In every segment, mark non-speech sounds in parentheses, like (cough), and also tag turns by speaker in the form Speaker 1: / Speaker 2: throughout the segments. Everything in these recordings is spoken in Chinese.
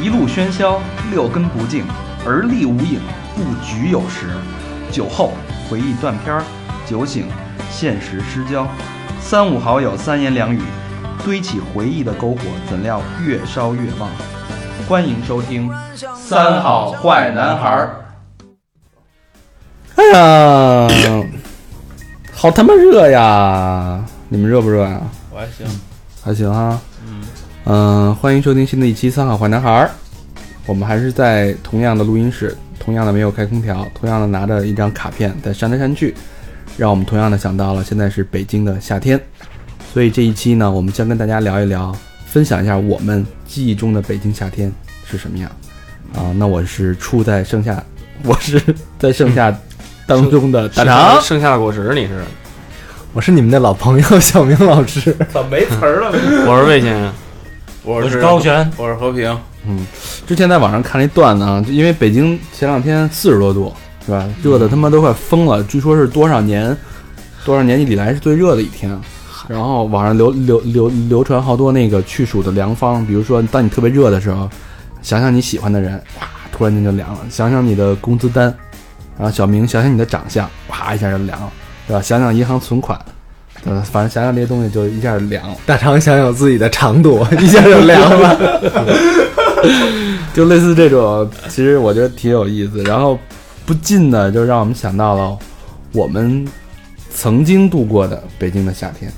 Speaker 1: 一路喧嚣，六根不净，而立无影，不局有时。酒后回忆断片儿，酒醒现实失焦。三五好友三言两语，堆起回忆的篝火，怎料越烧越旺。欢迎收听《三好坏男孩儿》。
Speaker 2: 哎呀，呃好他妈热呀！你们热不热呀？
Speaker 3: 我还行，
Speaker 2: 还行啊。嗯、欢迎收听新的一期《三好坏男孩儿》。我们还是在同样的录音室，同样的没有开空调，同样的拿着一张卡片在扇来扇去，让我们同样的想到了现在是北京的夏天。所以这一期呢，我们将跟大家聊一聊，分享一下我们记忆中的北京夏天是什么样。啊、那我是处在盛夏，我是在盛夏当中的大肠。
Speaker 3: 剩下的果实你是？
Speaker 4: 我是你们的老朋友小明老师。
Speaker 3: 怎么没词儿了？我是魏先生，我是高璇，我是和平。
Speaker 2: 嗯，之前在网上看了一段呢，就因为北京前两天四十多度，是吧？热的他妈都快疯了，据说是多少年多少年以来是最热的一天。然后网上流流流流传好多那个去暑的良方，比如说当你特别热的时候，想想你喜欢的人，哇，突然间就凉了；想想你的工资单，然后小明想想你的长相，哇，一下就凉了，对吧？想想银行存款，呃，反正想想这些东西就一下就凉了。
Speaker 4: 大肠想想自己的长度， (laughs) 一下就凉了。
Speaker 2: (laughs) 就类似这种，其实我觉得挺有意思。然后不禁的就让我们想到了我们曾经度过的北京的夏天。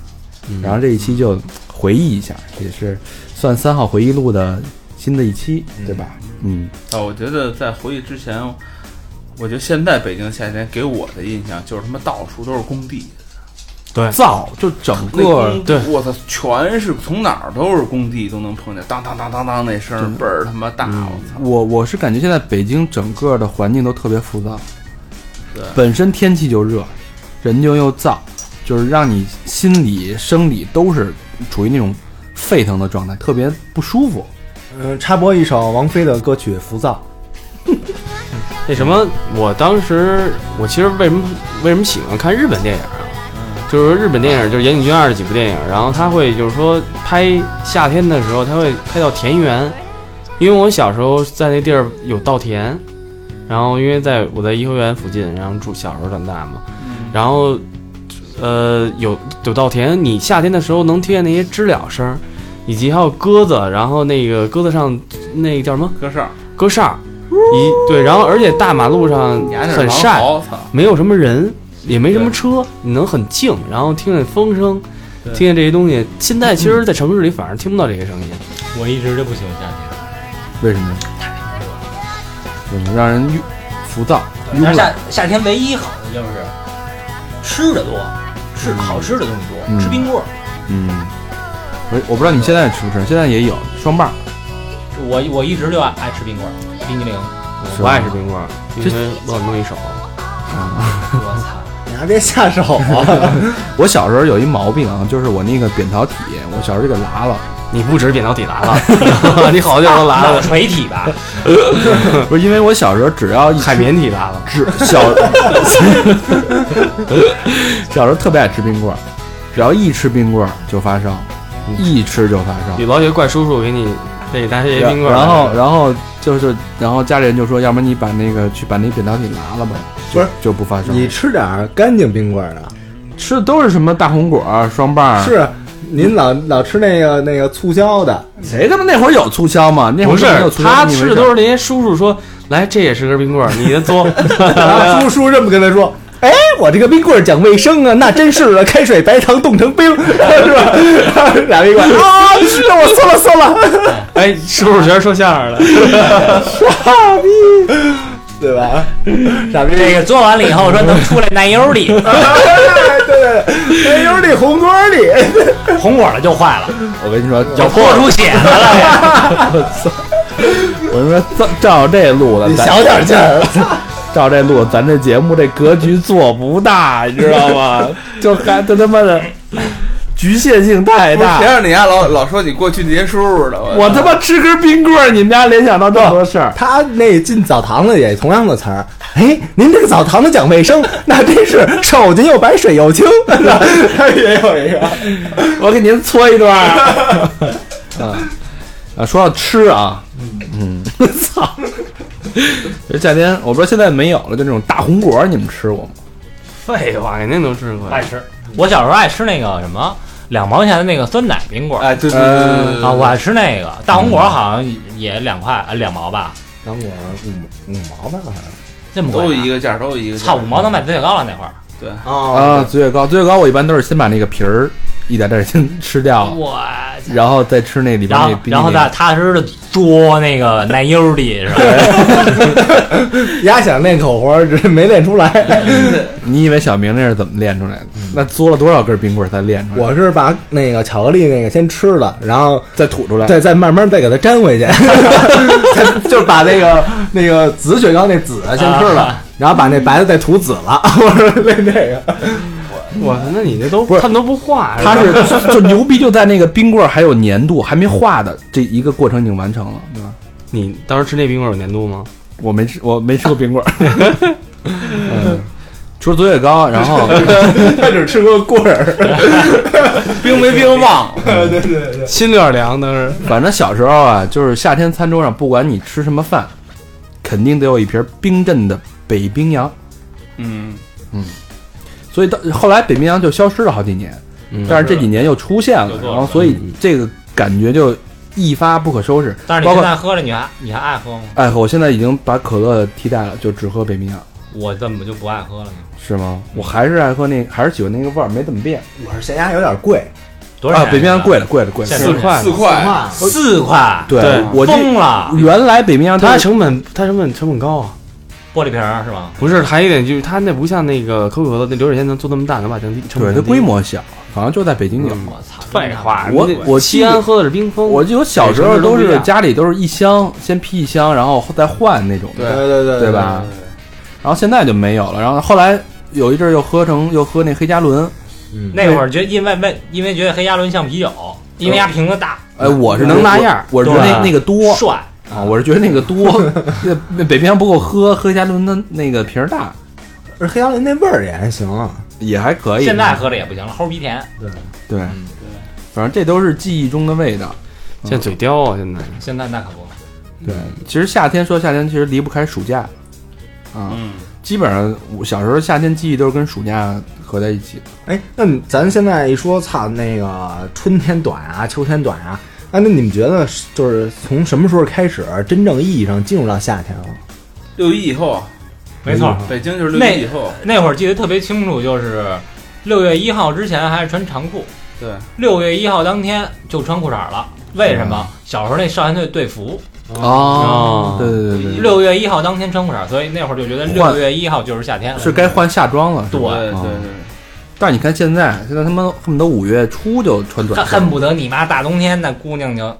Speaker 2: 然后这一期就回忆一下，也是算三号回忆录的新的一期，对吧？嗯，
Speaker 3: 啊，我觉得在回忆之前，我觉得现在北京的夏天给我的印象就是他妈到处都是工地，
Speaker 2: 造就嗯整
Speaker 3: 那
Speaker 2: 个
Speaker 3: 工，我操，全是从哪儿都是工地，都能碰见，当当当当当那声儿倍儿他妈大，我操！
Speaker 2: 我我是感觉现在北京整个的环境都特别浮躁
Speaker 3: 对，
Speaker 2: 本身天气就热，人就又燥，就是让你心理、生理都是处于那种沸腾的状态，特别不舒服。
Speaker 4: 嗯，插播一首王菲的歌曲《浮躁》。
Speaker 5: 那什么，我当时我其实为什么为什么喜欢看日本电影啊？就是说日本电影，就是岩井俊二的几部电影，然后他会就是说拍夏天的时候，他会拍到田园，因为我小时候在那地儿有稻田，然后因为在我在颐和园附近，然后住小时候长大嘛，然后呃有有稻田，你夏天的时候能听见那些知了声儿，以及还有鸽子，然后那个鸽子上那个叫什么
Speaker 3: 搁上，
Speaker 5: 鸽哨，一对，然后而且大马路上
Speaker 3: 你还那
Speaker 5: 很晒，
Speaker 3: 我操！
Speaker 5: 没有什么人，也没什么车，你能很静，然后听见风声，听见这些东西。现在其实，在城市里反而听不到这些声音。
Speaker 6: 我一直就不喜欢夏
Speaker 2: 为什么呀？太热，让人郁浮躁。
Speaker 6: 天。但是夏夏天唯一好的就是吃的多，吃好吃的东西多，
Speaker 2: 嗯
Speaker 6: 吃冰棍儿。
Speaker 2: 嗯，我我不知道你现在吃不吃，现在也有双棒。
Speaker 6: 我我一直就爱爱吃冰棍儿，冰 (laughs) 激凌。
Speaker 5: 我
Speaker 2: 是
Speaker 5: 不爱吃冰棍儿，因
Speaker 2: 这
Speaker 5: 为老弄一手。
Speaker 6: 我操！
Speaker 4: 你还别下手啊！
Speaker 2: 我小时候有一毛病啊，就是我那个扁桃体，我小时候就给拉了。
Speaker 5: 你不止扁桃体拉 (laughs) 了，你好像都拉
Speaker 6: 脑
Speaker 5: 了，
Speaker 6: 垂体吧，
Speaker 2: 不是因为我小时候只要一
Speaker 5: 海绵体拉了。
Speaker 2: 只小小时候特别爱吃冰棍儿，只要一吃冰棍儿就发烧，一吃就发烧。
Speaker 5: 你老觉得怪叔叔给你给你拿这些冰棍儿，
Speaker 2: 然后，然后就是，然后家里人就说，要不然你把那个去把那扁桃体拿了吧，
Speaker 4: 不
Speaker 2: 就
Speaker 4: 是
Speaker 2: 就不发烧。
Speaker 4: 你吃点儿干净冰棍儿的。
Speaker 2: 吃的都是什么大红果儿、双棒儿？
Speaker 4: 是，您老老吃那个那个促销的，
Speaker 2: 谁他妈那会儿有促销吗？那会儿
Speaker 5: 不是
Speaker 2: 没有促销
Speaker 5: 他
Speaker 2: 你以为
Speaker 5: 吃的都是那些叔叔说，来这也是根冰棍儿，你的 (laughs)
Speaker 2: (laughs)
Speaker 5: 嘬。
Speaker 4: (laughs)
Speaker 2: 啊
Speaker 4: 然后叔叔这么跟他说。哎，我这个冰棍儿讲卫生啊， (laughs) 那真是的，开水白糖冻成冰， (laughs) 是吧？俩冰棍儿啊，让我错了错了， (laughs)
Speaker 5: 哎，叔叔全是说相声的。
Speaker 4: 对吧？傻逼，
Speaker 6: 这个做完了以后说能出来奶油里，
Speaker 4: 对对对，哎呦，那红多 (laughs) 里，
Speaker 6: 红果儿的就坏了，
Speaker 2: 我跟你说，
Speaker 6: 就泼出血来了。
Speaker 2: (laughs) 我跟你说，照照这路了，咱
Speaker 4: 点劲儿。
Speaker 2: 照这路，咱这节目这格局做不大，你知道
Speaker 4: (laughs)
Speaker 2: 吗？就还就他妈的局限性太
Speaker 3: 不是
Speaker 2: 大
Speaker 3: 谁。让你家老老说你过去那些叔叔的？
Speaker 2: 我他妈吃根冰棍儿，你们家联想到这么多事儿，
Speaker 4: (laughs) 他那进澡堂子也同样的词儿，哎，您这个澡堂子讲卫生， (laughs) 那真是手巾又白，水又 (laughs) 清。他也有一个，
Speaker 2: 我给您搓一段儿。啊，啊，说到吃啊，嗯， (laughs) 操，这夏天我不知道现在没有了，就那种大红果儿，你们吃过吗？
Speaker 5: 废话，肯定能吃过。
Speaker 6: (laughs) 爱吃。我小时候爱吃那个什么两毛钱的那个酸奶冰棍儿
Speaker 3: 哎，对对对对对对
Speaker 6: 啊，我爱吃那个大红果，好像也两块呃两毛吧，
Speaker 2: 红果五五毛吧，好像
Speaker 6: 这么
Speaker 3: 都一
Speaker 6: 贵啊。
Speaker 3: 个价，都一个价。
Speaker 6: 操，五毛能买紫雪糕了那会儿。
Speaker 3: 对，
Speaker 4: 哦
Speaker 2: 啊，紫雪糕，紫雪糕我一般都是先把那个皮儿一点点先 (laughs) 吃掉，
Speaker 6: 我操。
Speaker 2: 然后再吃那里边
Speaker 6: 然
Speaker 2: 那
Speaker 6: 后，
Speaker 2: 冰
Speaker 6: 然后
Speaker 2: 那
Speaker 6: 再踏实的嘬那个奶油的，是吧？
Speaker 4: 丫想练口活儿，只是没练出来。 (laughs)
Speaker 2: 你以为小明那是怎么练出来的？那嘬了多少根冰棍儿才练出来？
Speaker 4: 我是把那个巧克力那个先吃了，然后
Speaker 2: 再吐出来。
Speaker 4: 再再慢慢再给它粘回去， (laughs) 再就是把那个那个紫雪糕那紫先吃了，然后把那白的再涂紫了，啊 (laughs) 我是练这个。
Speaker 5: 我那你这都
Speaker 2: 不是
Speaker 5: 他们都不化，
Speaker 2: 他是就牛逼，就在那个冰棍儿还有粘度还没化的这一个过程已经完成了，对吧？
Speaker 5: 你当时吃那冰棍有粘度吗？
Speaker 2: 我没吃，我没吃过冰棍儿。 (laughs) 嗯，除了紫雪糕，然后
Speaker 4: 他只吃过棍儿，
Speaker 3: 冰没冰忘了，
Speaker 4: 对对对，
Speaker 5: 心里有点凉，当时。
Speaker 2: 反正小时候啊，就是夏天餐桌上，不管你吃什么饭，肯定得有一瓶冰镇的北冰洋。
Speaker 3: 嗯，
Speaker 2: 所以到后来北冰洋就消失了好几年，
Speaker 5: 嗯
Speaker 2: 但是这几年又出现了
Speaker 3: 又，做
Speaker 2: 然后
Speaker 3: 了
Speaker 2: 所以这个感觉就一发不可收拾。
Speaker 6: 嗯但是
Speaker 2: 包
Speaker 6: 你现
Speaker 2: 括
Speaker 6: 在喝了，你还你还爱喝吗？
Speaker 2: 哎，我现在已经把可乐替代了，就只喝北冰洋，
Speaker 6: 我怎么就不爱喝了呢？
Speaker 2: 是吗？我还是爱喝那，还是喜欢那个味儿，没怎么变
Speaker 4: 我是咸鸭有点贵，
Speaker 6: 多少
Speaker 2: 啊。
Speaker 6: 钱？
Speaker 2: 北冰洋贵了，贵了，贵
Speaker 6: 现
Speaker 2: 了。
Speaker 6: 在
Speaker 3: 四块，四块，
Speaker 6: 四块，
Speaker 2: 对，我这
Speaker 6: 疯了！
Speaker 2: 原来北冰洋
Speaker 5: 它
Speaker 2: 它
Speaker 5: 的成本，它成本成本高啊。
Speaker 6: 玻璃瓶儿是吗？
Speaker 5: 不是，还有一点就是它那不像那个可口可乐那流水线能做那么大，能把降低成
Speaker 2: 对
Speaker 5: 本
Speaker 2: 它
Speaker 5: 降低
Speaker 2: 规。模小，好像就在北京有。
Speaker 5: 嗯
Speaker 6: 我操！
Speaker 5: 废话，
Speaker 2: 我
Speaker 5: 那
Speaker 2: 我记
Speaker 5: 西
Speaker 2: 得
Speaker 5: 安喝的是冰峰，
Speaker 2: 我就有小时候都
Speaker 5: 每个城市都不一
Speaker 2: 是
Speaker 5: 样
Speaker 2: 家里都是一箱，先批一箱，然后再换那种的，
Speaker 3: 对
Speaker 4: 对对
Speaker 2: 对吧？然后现在就没有了。然后后来有一阵儿又喝成又喝那黑加仑，
Speaker 6: 那
Speaker 2: 嗯
Speaker 6: 会儿觉得因为为因为觉得黑鸭轮像啤酒，因为鸭瓶子大
Speaker 2: 哎，我是
Speaker 5: 能
Speaker 2: 那
Speaker 5: 那样儿
Speaker 2: 我我是觉得那
Speaker 6: 对
Speaker 2: 那个多
Speaker 6: 帅，
Speaker 2: 啊，我是觉得那个多，那那北冰洋不够喝，黑加仑的那个瓶儿大
Speaker 4: 而黑鸭林那味儿也还行，
Speaker 2: 也还可以。嗯
Speaker 6: 现在喝了也不行了，齁鼻甜。
Speaker 2: 对，反正这都是记忆中的味道。
Speaker 5: 现在嘴刁啊，现在
Speaker 2: 嗯
Speaker 6: 现在那可不，
Speaker 2: 对，其实夏天说夏天，其实离不开暑假啊。
Speaker 3: 嗯，
Speaker 2: 基本上我小时候夏天记忆都是跟暑假合在一起。
Speaker 4: 哎，那你咱现在一说，操，那个春天短啊，秋天短啊，哎，那你们觉得是就是从什么时候开始真正意义上进入到夏天了？
Speaker 3: 六一以后啊，
Speaker 6: 没错。
Speaker 3: 北京就是六一以后，
Speaker 6: 那会儿记得特别清楚，就是六月一号之前还是穿长裤，
Speaker 3: 对，
Speaker 6: 六月一号当天就穿裤衩了。为什
Speaker 2: 嗯
Speaker 6: 么？小时候那少先队队服，
Speaker 2: 哦
Speaker 5: 哦
Speaker 2: 对对对对，
Speaker 6: 六月一号当天穿裤衩，所以那会儿就觉得
Speaker 2: 嗯换
Speaker 6: 六月一号就是夏天了。
Speaker 2: 是该换夏装了。是
Speaker 3: 对
Speaker 2: 吧
Speaker 3: 对
Speaker 2: 哦
Speaker 3: 对，
Speaker 2: 但是你看现在，现在他们恨不得五月初就穿
Speaker 6: 恨
Speaker 2: 短袖
Speaker 6: 恨不得你妈大冬天那姑娘就，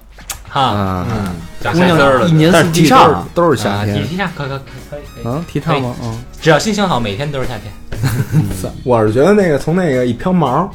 Speaker 6: 哈，
Speaker 2: 啊，
Speaker 4: 嗯，
Speaker 6: 假
Speaker 2: 姑
Speaker 6: 山丝儿
Speaker 2: 娘
Speaker 6: 了
Speaker 2: 一年
Speaker 5: 但
Speaker 2: 四
Speaker 5: 是
Speaker 2: 季
Speaker 5: 提
Speaker 2: 都
Speaker 5: 倡
Speaker 2: 是都是夏
Speaker 6: 啊，
Speaker 2: 天
Speaker 6: 你提倡可可可可以可以，
Speaker 2: 啊，提倡吗？嗯，
Speaker 6: 只要心情好，每天都是夏天。
Speaker 4: 我是觉得那个从那个一飘毛，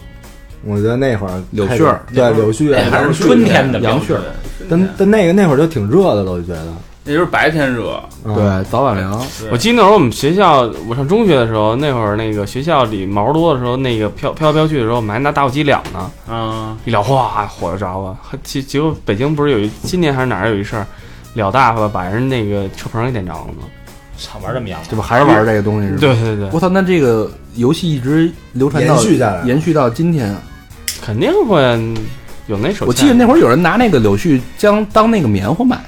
Speaker 4: 我觉得那会儿
Speaker 2: 柳絮
Speaker 4: 开始
Speaker 2: 儿哎
Speaker 4: 对柳絮
Speaker 3: 那还
Speaker 4: 儿，
Speaker 3: 是
Speaker 6: 春天的
Speaker 3: 表
Speaker 2: 杨絮儿
Speaker 3: 对春
Speaker 4: 但
Speaker 3: 天
Speaker 4: 但那个那会儿就挺热的了，我觉得。
Speaker 3: 那就是白天热，
Speaker 4: 嗯，
Speaker 2: 对，早晚凉。
Speaker 3: 对
Speaker 5: 我记得那会儿我们学校，我上中学的时候，那会儿那个学校里毛多的时候，那个飘飘来飘去的时候，我们还拿打火机燎呢，
Speaker 3: 啊，
Speaker 5: 一燎哗火就着了。还结结果北京不是有一今年还是哪儿有一事儿，燎大发把人那个车棚给点着了吗？
Speaker 6: 少玩这么洋了
Speaker 2: 这不还是玩这个东西是吧？
Speaker 5: 对对对，
Speaker 2: 哎我操，那这个游戏一直流传到
Speaker 4: 延续下来
Speaker 2: 延续到今天啊！
Speaker 5: 肯定会有那手欠。
Speaker 2: 我记得那会儿有人拿那个柳絮将当那个棉花卖，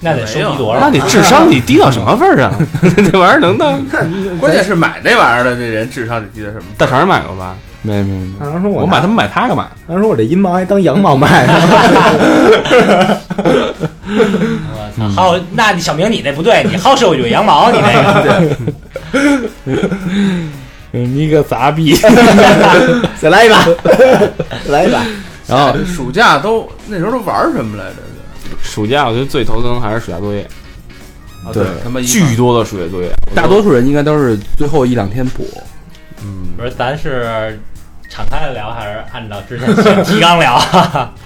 Speaker 6: 那得收集多少？
Speaker 5: 那你智商得低到什么份儿
Speaker 2: 啊
Speaker 5: 上？ (laughs) 这玩意儿能当
Speaker 3: (laughs) 关键是买那玩意儿的这人智商得低到什么？
Speaker 5: 大肠买过吧？
Speaker 2: (laughs) 没没没，
Speaker 4: 大长说
Speaker 2: 我
Speaker 4: 我
Speaker 2: 买他们买它干嘛？
Speaker 4: 当时我这阴毛还当羊毛卖呢，(laughs)
Speaker 2: (laughs)
Speaker 6: 啊我操，
Speaker 2: 嗯
Speaker 6: 薅那你小明你那不对，你薅手有羊毛，你那个
Speaker 2: 你个傻逼！
Speaker 4: 再来一把，来一把。
Speaker 2: 然后
Speaker 3: 暑假都那时候都玩什么来着？
Speaker 5: 暑假我觉得最头疼还是暑假作业，
Speaker 3: 啊
Speaker 2: 对
Speaker 3: 他妈一
Speaker 5: 巨多的暑假作业，
Speaker 2: 大多数人应该都是最后一两天补，
Speaker 6: 不是咱是敞开了聊，还是按照之前提纲 (laughs) 聊？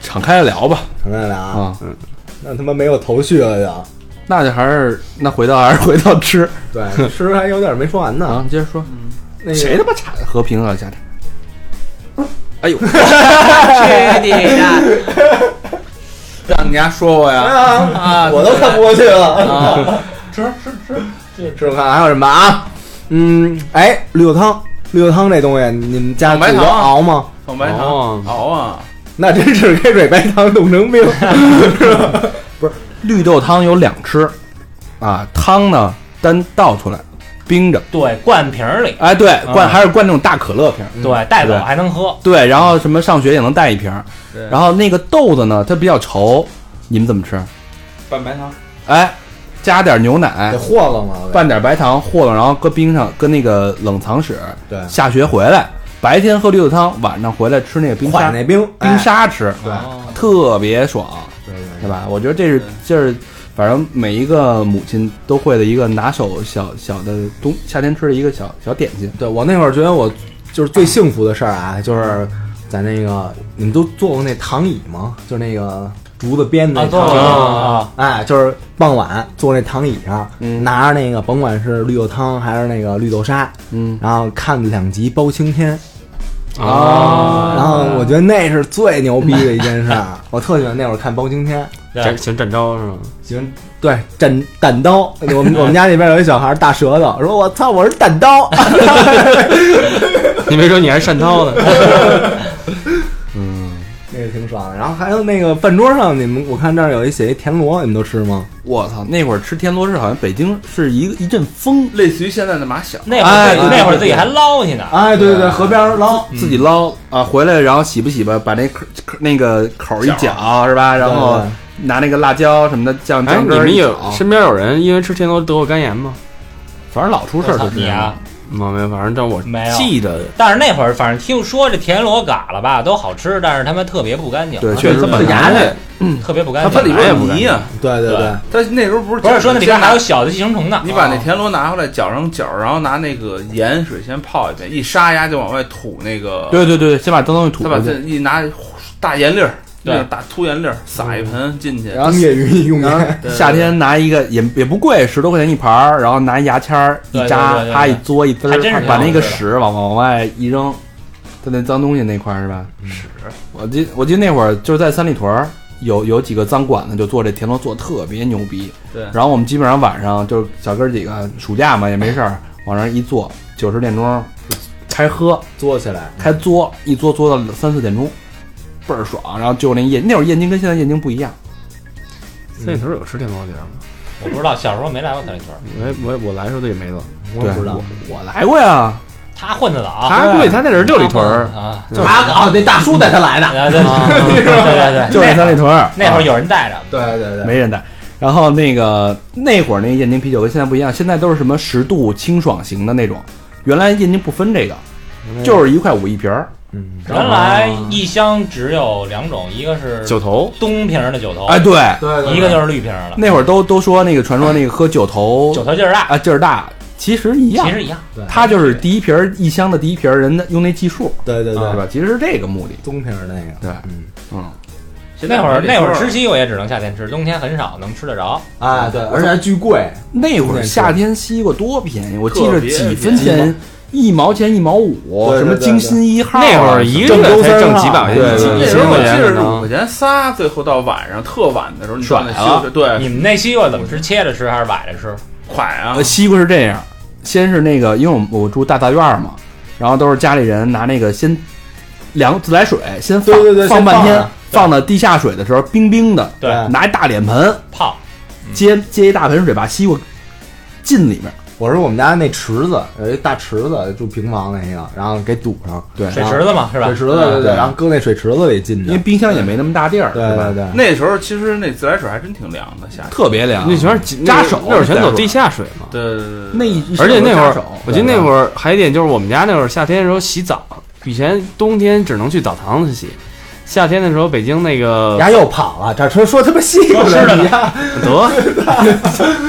Speaker 2: 敞开了聊吧
Speaker 4: 承认了
Speaker 2: (laughs)
Speaker 4: 啊，
Speaker 2: 啊。
Speaker 4: 那他妈没有头绪了就。
Speaker 2: 那就还是那回到还是回到吃
Speaker 4: 对， (laughs) 是不是还有点没说完呢？
Speaker 2: (laughs) 啊，接着说，
Speaker 4: 那个
Speaker 2: 谁他妈产和平啊？家庭？ (laughs) 哎呦，
Speaker 3: 让你家说我呀，
Speaker 4: 啊， (laughs) 我都看不过去了。 (laughs) 吃吃吃，吃看还有什么啊？嗯，哎，绿豆汤，绿豆汤这东西，你们家
Speaker 3: 小白
Speaker 4: 煮着
Speaker 3: 糖
Speaker 4: 熬吗？
Speaker 3: 放白
Speaker 5: 哦
Speaker 3: 糖熬啊，
Speaker 4: 那真是开水白糖冻成 (laughs) 冰。
Speaker 2: 绿豆汤有两吃，啊，汤呢单倒出来冰着，
Speaker 6: 对，灌瓶儿里，
Speaker 2: 哎，对，灌还是灌那种大可乐瓶儿，
Speaker 6: 对，带走还能喝，
Speaker 2: 嗯对，然后什么上学也能带一瓶儿
Speaker 3: 对，
Speaker 2: 然后那个豆子呢，它比较稠，你们怎么吃？
Speaker 3: 拌白糖，
Speaker 2: 哎，加点牛
Speaker 4: (laughs)
Speaker 2: 奶
Speaker 4: 给，哎和了嘛，
Speaker 2: 拌点白糖和了，然后搁冰上，搁那个冷藏室。
Speaker 4: 对
Speaker 2: 下学回来，白天喝绿豆汤，晚上回来吃那个冰
Speaker 4: 快
Speaker 2: 沙，
Speaker 4: 那冰
Speaker 2: 冰，沙吃，
Speaker 4: 对
Speaker 3: 哦
Speaker 2: 特别爽，
Speaker 4: 对
Speaker 2: 对吧？我觉得这是这是，反正每一个母亲都会的一个拿手小小的冬夏天吃的一个小小点心。
Speaker 4: 对我那会儿觉得我就是最幸福的事儿啊，就是在那个你们都坐过那躺椅吗？就是那个竹子编的那
Speaker 6: 坐
Speaker 4: 躺椅
Speaker 6: 过
Speaker 5: 啊
Speaker 4: 哎，就是傍晚坐那躺椅上，
Speaker 2: 嗯
Speaker 4: 拿着那个甭管是绿豆汤还是那个绿豆沙，
Speaker 2: 嗯，
Speaker 4: 然后看两集《包青天》，
Speaker 5: 啊，
Speaker 4: 然后我觉得那是最牛逼的一件事儿。我特喜欢那会儿看《包青天》，
Speaker 5: 展请展昭是吗？ (laughs)
Speaker 4: 行，对，斩斩刀，我们我们家那边有一小孩儿大舌头，说我操，我是斩刀， (laughs)
Speaker 5: 你没说你还是单涛呢，哎
Speaker 4: 那个挺爽的。然后还有那个饭桌上，你们我看这儿有一写一田螺，你们都吃吗？
Speaker 2: 我操，那会儿吃田螺是好像北京是一个一阵风，
Speaker 3: 类似于现在的马小，
Speaker 6: 那会
Speaker 2: 哎
Speaker 6: 儿自己
Speaker 2: 对
Speaker 6: 那会
Speaker 2: 对
Speaker 6: 儿自己
Speaker 2: 对啊
Speaker 6: 还捞去呢，
Speaker 4: 哎，对对对，河边儿捞，
Speaker 2: 自己捞啊，回来然后洗吧洗吧，把那口口那个口一
Speaker 3: 角
Speaker 2: 搅是吧？然后拿那个辣椒什么的酱
Speaker 5: 哎，
Speaker 2: 酱
Speaker 5: 你
Speaker 2: 汁儿
Speaker 5: 们
Speaker 2: 一
Speaker 5: 有
Speaker 2: 炒
Speaker 5: 身边有人因为吃天螺得过肝炎吗？
Speaker 2: 反正老出事儿
Speaker 6: 我
Speaker 2: 就
Speaker 6: 操
Speaker 2: 是
Speaker 6: 你啊，
Speaker 5: 我没有，反正但我
Speaker 6: 没有
Speaker 5: 记得
Speaker 6: 但是那会儿反正听说这田螺嘎了吧都好吃，但是他妈特别不干净，
Speaker 2: 对，确实
Speaker 5: 这么
Speaker 2: 本来
Speaker 5: 牙碜
Speaker 6: 特别不干
Speaker 3: 它
Speaker 6: 净。
Speaker 3: 它里边
Speaker 5: 哪
Speaker 3: 有
Speaker 5: 有
Speaker 3: 泥呀，
Speaker 4: 对对对
Speaker 6: 对，
Speaker 3: 它那时候不是
Speaker 6: 不是说那里边
Speaker 3: 先拿
Speaker 6: 还有小的寄生虫呢，
Speaker 3: 你把那田螺拿回来，搅上搅，然后拿那个盐水先泡一遍，一沙压就往外吐那个，
Speaker 2: 对对对，先把脏东西吐
Speaker 3: 他把
Speaker 2: 出
Speaker 3: 这
Speaker 2: 去，
Speaker 3: 一拿大盐粒儿，
Speaker 6: 对
Speaker 3: 那种大粗盐粒儿撒一盆进去，
Speaker 4: 然后嗯灭鱼用
Speaker 2: 然
Speaker 4: 盐，
Speaker 2: 后夏天拿一个也也不贵，十多块钱一盘儿，然后拿牙签儿一
Speaker 6: 对
Speaker 2: 扎
Speaker 6: 对对，对
Speaker 2: 啪一嘬一滋
Speaker 6: 还真是
Speaker 2: 儿，
Speaker 6: 挺
Speaker 2: 把
Speaker 6: 好
Speaker 2: 那个
Speaker 6: 吃的
Speaker 2: 屎往往外一扔，它那脏东西那块儿是吧？
Speaker 6: 嗯
Speaker 3: 屎
Speaker 2: 我记我记得那会儿就是在三里屯儿有有几个脏馆子就做这田螺做得特别牛逼，
Speaker 3: 对
Speaker 2: 然后我们基本上晚上就是小哥儿几个暑假嘛也没事儿往那儿一坐，九十点
Speaker 6: 嗯
Speaker 2: 钟就开喝
Speaker 4: 做起来，
Speaker 2: 开嘬，一嘬嘬到三四点钟，倍儿爽。然后就那燕那会儿燕京跟现在燕京不一样，
Speaker 5: 那里头有吃天螺的地儿吗？
Speaker 6: 我不知道，小时候没来过三里屯儿，
Speaker 5: 我也我也我来的时候都也没了。
Speaker 4: 我也不知道
Speaker 2: 对。我来过呀，
Speaker 6: 他混得早，
Speaker 5: 他估计他那是六里屯儿，
Speaker 6: 啊，
Speaker 4: 就是他哦，那大叔带他来的。
Speaker 6: 对对对对对，
Speaker 2: 就是三里屯儿
Speaker 6: 那会儿
Speaker 2: 啊
Speaker 6: 有人带着，
Speaker 4: 对对对，
Speaker 2: 没人带。然后那个那会儿那燕京啤酒跟现在不一样，现在都是什么十度清爽型的那种，原来燕京不分这个，就是一块五一瓶儿。
Speaker 4: 嗯，
Speaker 6: 原来一箱只有两种，一个是
Speaker 5: 九头
Speaker 6: 东瓶儿的九头，
Speaker 2: 哎，对，
Speaker 4: 对
Speaker 6: 一个就是绿瓶儿的，
Speaker 2: 那会儿都都说那个传说那个喝酒头
Speaker 6: 九头劲儿大，
Speaker 2: 啊劲儿大，其实一样
Speaker 6: 其，实一样。
Speaker 2: 他就是第一瓶儿一箱的第一瓶儿，人家用那计数，
Speaker 4: 对对
Speaker 2: 对
Speaker 4: 对，
Speaker 2: 吧？其实是这个目的。
Speaker 4: 棕瓶儿那个，
Speaker 2: 对
Speaker 4: 嗯
Speaker 2: 嗯，
Speaker 3: 现在
Speaker 6: 那会儿
Speaker 3: 往里
Speaker 6: 那会儿
Speaker 3: 搁
Speaker 6: 吃西瓜也只能夏天吃，冬天很少能吃得着。
Speaker 4: 啊对，而且还巨贵，
Speaker 2: 那会儿夏天西瓜多便宜，我记着
Speaker 3: 特别
Speaker 2: 几分钱，一毛钱一毛五，
Speaker 4: 对对
Speaker 2: 什么
Speaker 4: 对对
Speaker 2: 京新一号啊，
Speaker 5: 那会儿一个
Speaker 4: 郑州
Speaker 5: 月才
Speaker 4: 三
Speaker 5: 挣
Speaker 4: 号
Speaker 5: 几百块
Speaker 2: 啊对
Speaker 5: 钱，
Speaker 2: 对
Speaker 5: 几
Speaker 2: 对
Speaker 5: 几
Speaker 3: 那时
Speaker 5: 千
Speaker 3: 候我
Speaker 5: 块
Speaker 3: 记
Speaker 5: 钱可
Speaker 3: 着是五
Speaker 5: 能
Speaker 3: 块。钱仨，最后到晚上特晚的时候，你
Speaker 2: 甩
Speaker 3: 上
Speaker 2: 了
Speaker 3: 那休息，对，
Speaker 6: 你们那西瓜怎么是切着吃还是崴着吃？
Speaker 3: 快啊
Speaker 2: 呃，！西瓜是这样，先是那个，因为我们我住大杂院儿嘛，然后都是家里人拿那个先凉自来水先放
Speaker 4: 对对对
Speaker 2: 放
Speaker 4: 先
Speaker 2: 半
Speaker 4: 放
Speaker 2: 天
Speaker 4: 着，
Speaker 2: 放到地下水的时候冰冰的，
Speaker 6: 对，
Speaker 2: 拿一大脸盆
Speaker 4: 嗯
Speaker 6: 泡
Speaker 2: 接接一大盆水把西瓜浸里面，
Speaker 4: 我说我们家那池子有一大池子，住平房那个，然后给堵上，
Speaker 2: 对，
Speaker 6: 水池子嘛，是吧
Speaker 4: 水？池子对对
Speaker 2: 对
Speaker 4: 对，然后搁那水池子里进去
Speaker 2: 因为，冰箱也没那么大地儿，
Speaker 4: 对
Speaker 2: 是吧
Speaker 4: 对？对，
Speaker 3: 那时候其实那自来水还真挺凉的，夏天。
Speaker 2: 特别凉，
Speaker 5: 那全是
Speaker 2: 啊扎手
Speaker 5: 那会儿全走地下水嘛。
Speaker 3: 对对对对，
Speaker 2: 那一
Speaker 5: 而且那会
Speaker 2: 扎
Speaker 5: 儿
Speaker 2: 手，
Speaker 5: 我记得那会儿还有一点就是我们家那会儿夏天的时候洗澡，以前冬天只能去澡堂子洗，夏天的时候北京那个
Speaker 4: 丫又跑了，这说说他妈西瓜
Speaker 6: 说吃的
Speaker 4: 了，你丫
Speaker 5: 德
Speaker 2: (laughs)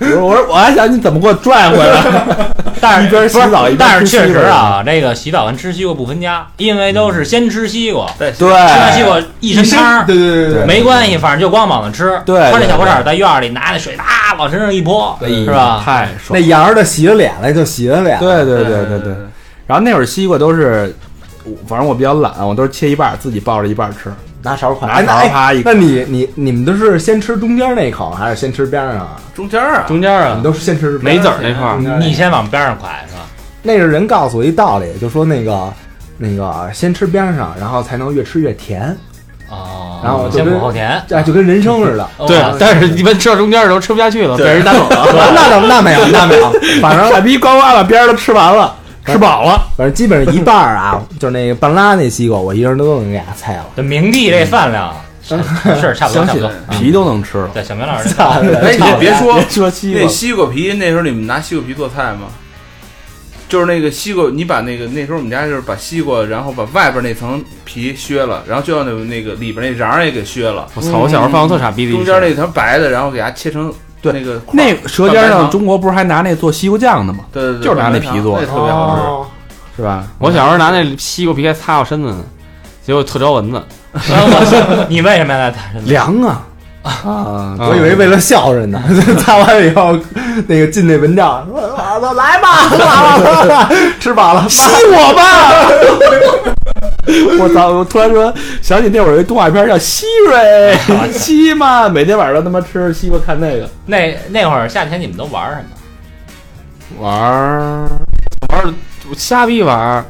Speaker 2: 我说我还想你怎么给我拽回来，
Speaker 6: 但是
Speaker 2: 一边洗澡
Speaker 6: 不是
Speaker 2: 一边
Speaker 6: 但是
Speaker 2: 吃西瓜
Speaker 6: 确实啊，那个洗澡跟吃西瓜不分家，因为都是先吃西瓜，吃
Speaker 3: 对
Speaker 6: 完西
Speaker 2: 对，
Speaker 6: 瓜一身汤儿，
Speaker 4: 对对对对，
Speaker 6: 没关系，反正就光膀子吃。
Speaker 2: 对对
Speaker 6: 穿着小裤衩在院儿里拿那水啊往身上一泼，
Speaker 2: 哎呀
Speaker 6: 是吧？
Speaker 2: 太
Speaker 4: 那
Speaker 2: 爽了，
Speaker 4: 羊儿的洗了脸了就洗了脸，
Speaker 2: 对对
Speaker 3: 对
Speaker 2: 对对
Speaker 3: 对
Speaker 2: 对。然后那会儿西瓜都是，我反正我比较懒，我都是切一半儿自己抱着一半儿吃。
Speaker 4: 拿勺㧟，
Speaker 2: 拿
Speaker 4: 哎那
Speaker 2: 勺
Speaker 4: 哎
Speaker 2: 啪一
Speaker 4: 那你你你们都是先吃中间那口，还是先吃边上啊？
Speaker 3: 中间儿啊，
Speaker 5: 中间
Speaker 4: 你
Speaker 5: 啊，
Speaker 4: 都是先吃
Speaker 5: 梅
Speaker 4: 边
Speaker 5: 子
Speaker 4: 上
Speaker 5: 儿那块儿，
Speaker 4: 嗯
Speaker 6: 你先往边上快是吧？
Speaker 4: 那是人告诉我一道理，就说那个那个先吃边上，然后才能越吃越甜，
Speaker 6: 哦，
Speaker 4: 然后我就
Speaker 6: 先
Speaker 4: 跟
Speaker 6: 苦
Speaker 4: (laughs)
Speaker 6: 后甜，
Speaker 4: 哎，就跟人生似的。
Speaker 6: 哦
Speaker 5: 对
Speaker 6: 啊，
Speaker 5: 但是一般吃到中间的时候吃不下去了，被人拿走了。
Speaker 4: 那倒那没有，那没有，反正
Speaker 2: 傻逼呱呱把边儿都吃完了，吃饱了，
Speaker 4: 反正基本上一半儿啊，就是那个半拉那西瓜，我一人都能给它菜
Speaker 6: (laughs)
Speaker 4: 了。
Speaker 6: 这明帝这饭量啊是是差不多
Speaker 2: 想
Speaker 6: 差不
Speaker 2: 起
Speaker 6: 多
Speaker 2: (laughs) 来。皮都能吃了。
Speaker 6: 对，小明老师这，
Speaker 4: 操！
Speaker 3: 哎，你别说，
Speaker 2: 说西
Speaker 3: 那西瓜皮那时候你们拿西瓜皮做菜吗？就是那个西瓜，你把那个那时候我们家就是把西瓜，然后把外边那层皮削了，然后就要那那个里边那瓤儿也给削了，
Speaker 5: 我
Speaker 3: 嗯
Speaker 5: 操！我小时候犯过特傻逼的一
Speaker 3: 中
Speaker 5: 事
Speaker 3: 间那层白的，然后给它切成
Speaker 2: 对
Speaker 3: 那个块
Speaker 2: 那
Speaker 3: 儿
Speaker 2: 《舌尖
Speaker 3: 蛋白
Speaker 2: 上
Speaker 3: 糖
Speaker 2: 中国》不是还拿那做西瓜酱的吗？
Speaker 3: 对对对，
Speaker 2: 就是拿那
Speaker 3: 蛋白
Speaker 2: 皮
Speaker 3: 糖
Speaker 2: 做
Speaker 3: 那
Speaker 2: 的
Speaker 3: 特别好吃。
Speaker 4: 哦
Speaker 2: 是吧？
Speaker 5: 我小时候拿那西瓜皮还擦我身子呢，结果特招蚊子。
Speaker 6: (laughs) 你为什么要打？
Speaker 4: 凉啊！
Speaker 2: 啊，
Speaker 5: 啊
Speaker 4: 我以为为了孝顺呢，擦完以后那个进那蚊帐，说啊来吧， (laughs) 来吧，吃饱了，
Speaker 2: 吸我吧！ (laughs) 我操！我突然说想起那会儿有一动画片叫《吸瑞》，吸嘛，每天晚上都他妈吃西瓜看那个
Speaker 6: (laughs) 那那会儿夏天你们都玩什么？
Speaker 5: 玩儿玩儿，我瞎逼玩儿，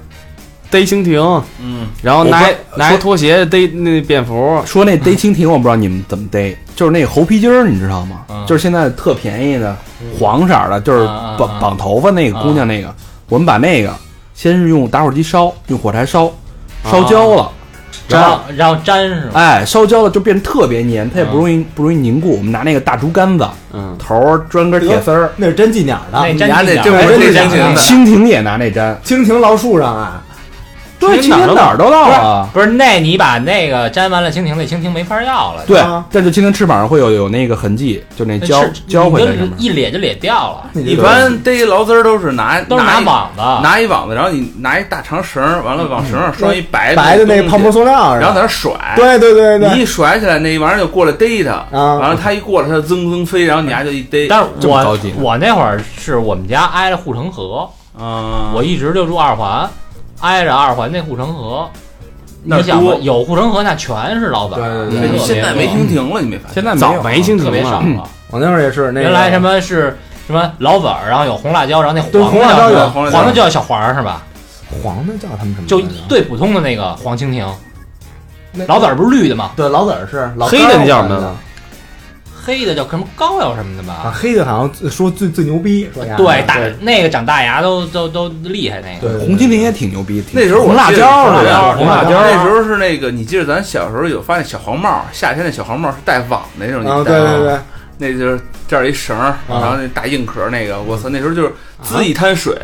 Speaker 5: 逮蜻蜓，
Speaker 3: 嗯，
Speaker 5: 然后拿
Speaker 2: 我
Speaker 5: 拿一拖鞋逮那蝙蝠，
Speaker 2: 说那逮蜻蜓，我不知道你们怎么逮，就是那个猴皮筋儿，你知道吗？
Speaker 6: 嗯
Speaker 2: 就是现在特便宜的黄色儿的，就是
Speaker 6: 啊啊
Speaker 2: 绑、
Speaker 6: 啊
Speaker 2: 绑头发那个姑娘那个，我们把那个先是用打火机烧，用火柴烧，烧焦了，
Speaker 6: 嗯然
Speaker 2: 然后
Speaker 6: 后然后粘是吗？
Speaker 2: 哎烧焦了就变得特别粘，它也
Speaker 6: 嗯
Speaker 2: 不容易、不容易凝固。我们拿那个大竹竿子
Speaker 5: 嗯，
Speaker 2: 头儿拴根铁丝儿，
Speaker 4: 那是真进鸟的
Speaker 6: 那。
Speaker 3: 你家
Speaker 6: 粘
Speaker 3: 那
Speaker 6: 进
Speaker 3: 这
Speaker 6: 去
Speaker 3: 不
Speaker 6: 了
Speaker 4: 哎
Speaker 3: 是
Speaker 4: 真
Speaker 3: 这
Speaker 4: 是
Speaker 3: 蜻
Speaker 4: 这样
Speaker 3: 蜓的，
Speaker 2: 蜻蜓也拿那粘，
Speaker 4: 蜻蜓老树上啊，
Speaker 2: 对，蜻
Speaker 5: 蜻蜓
Speaker 2: 蜓哪儿都到啊。
Speaker 6: 不是，那你把那个粘完了蜻蜓，那蜻蜓没法要了。
Speaker 2: 对
Speaker 4: 啊，
Speaker 2: 但是蜻蜓翅膀上会有有那个痕迹，就那
Speaker 6: 是，
Speaker 2: 胶胶会
Speaker 6: 你
Speaker 2: 在
Speaker 6: 跟
Speaker 2: 上面。
Speaker 6: 一咧就咧掉了，
Speaker 4: 你
Speaker 3: 一般逮劳滋儿都是拿
Speaker 6: 都是拿
Speaker 3: 一
Speaker 6: 网子。
Speaker 3: 拿一网子，然后你拿一大长绳儿，完了往绳上拴一白
Speaker 4: 白的那
Speaker 3: 东西
Speaker 4: 泡沫塑料是
Speaker 3: 然后
Speaker 4: 吧？
Speaker 3: 在那儿甩，
Speaker 4: 对对对对
Speaker 3: 你一甩起来，那玩意儿就过来逮它，
Speaker 4: 啊
Speaker 3: 完了它一过来，它就噌噌飞，然后你还就一逮，
Speaker 6: 但
Speaker 2: 这
Speaker 6: 是
Speaker 2: 么
Speaker 6: 我
Speaker 2: 高级
Speaker 6: 我那会儿是我们家挨着护城河，
Speaker 3: 嗯，
Speaker 6: 我一直就住二环，挨着二环那护城河。
Speaker 3: 那
Speaker 6: 你想吧
Speaker 3: 多，
Speaker 6: 有护城河那全是老板，
Speaker 4: 对对
Speaker 3: 对
Speaker 4: 对
Speaker 3: 哎你现在没
Speaker 6: 听
Speaker 3: 蜻蜓了，你没发现？
Speaker 2: 现在没
Speaker 5: 早
Speaker 2: 有
Speaker 5: 没蜻
Speaker 6: 特
Speaker 5: 蜓
Speaker 6: 别少
Speaker 5: 了。
Speaker 6: 了。嗯
Speaker 4: 我那会儿也是，那个
Speaker 6: 原来什么是什么老本儿，然后有红辣椒，然后那
Speaker 4: 对
Speaker 6: 黄
Speaker 4: 红
Speaker 6: 的
Speaker 4: 辣椒嗯
Speaker 6: 叫什
Speaker 4: 有
Speaker 6: 么
Speaker 3: 红辣椒
Speaker 6: 黄的叫小黄儿是吧？
Speaker 4: 黄的叫他们什么来着？啊
Speaker 6: 就最普通的那个黄蜻蜓，
Speaker 4: 那
Speaker 6: 老子儿不是绿的吗？
Speaker 4: 对老子儿是老
Speaker 5: 黑的
Speaker 4: 干儿
Speaker 5: 那叫
Speaker 4: 什
Speaker 5: 什么
Speaker 4: 的
Speaker 6: 黑的叫什么膏药什么的
Speaker 4: 啊？
Speaker 6: 吧？
Speaker 4: 黑的好像说最最牛逼，说呀
Speaker 6: 对，大那个长大牙都都都厉害那个。
Speaker 4: 对对对
Speaker 2: 红蜻蜓也挺牛逼，挺
Speaker 3: 那时候我
Speaker 2: 红辣
Speaker 3: 记得
Speaker 2: 椒呢
Speaker 3: 是
Speaker 2: 对
Speaker 3: 红
Speaker 2: 红辣椒
Speaker 3: 那时候是那个，你记得咱小时候有发现小黄帽，夏天那小黄帽是带网的那种，
Speaker 4: 啊，
Speaker 3: 你
Speaker 4: 对
Speaker 3: 戴
Speaker 4: 对对，
Speaker 3: 那就是这儿一绳
Speaker 2: 啊
Speaker 3: 儿，然后那大硬壳那个，我操，那时候就是滋一滩水，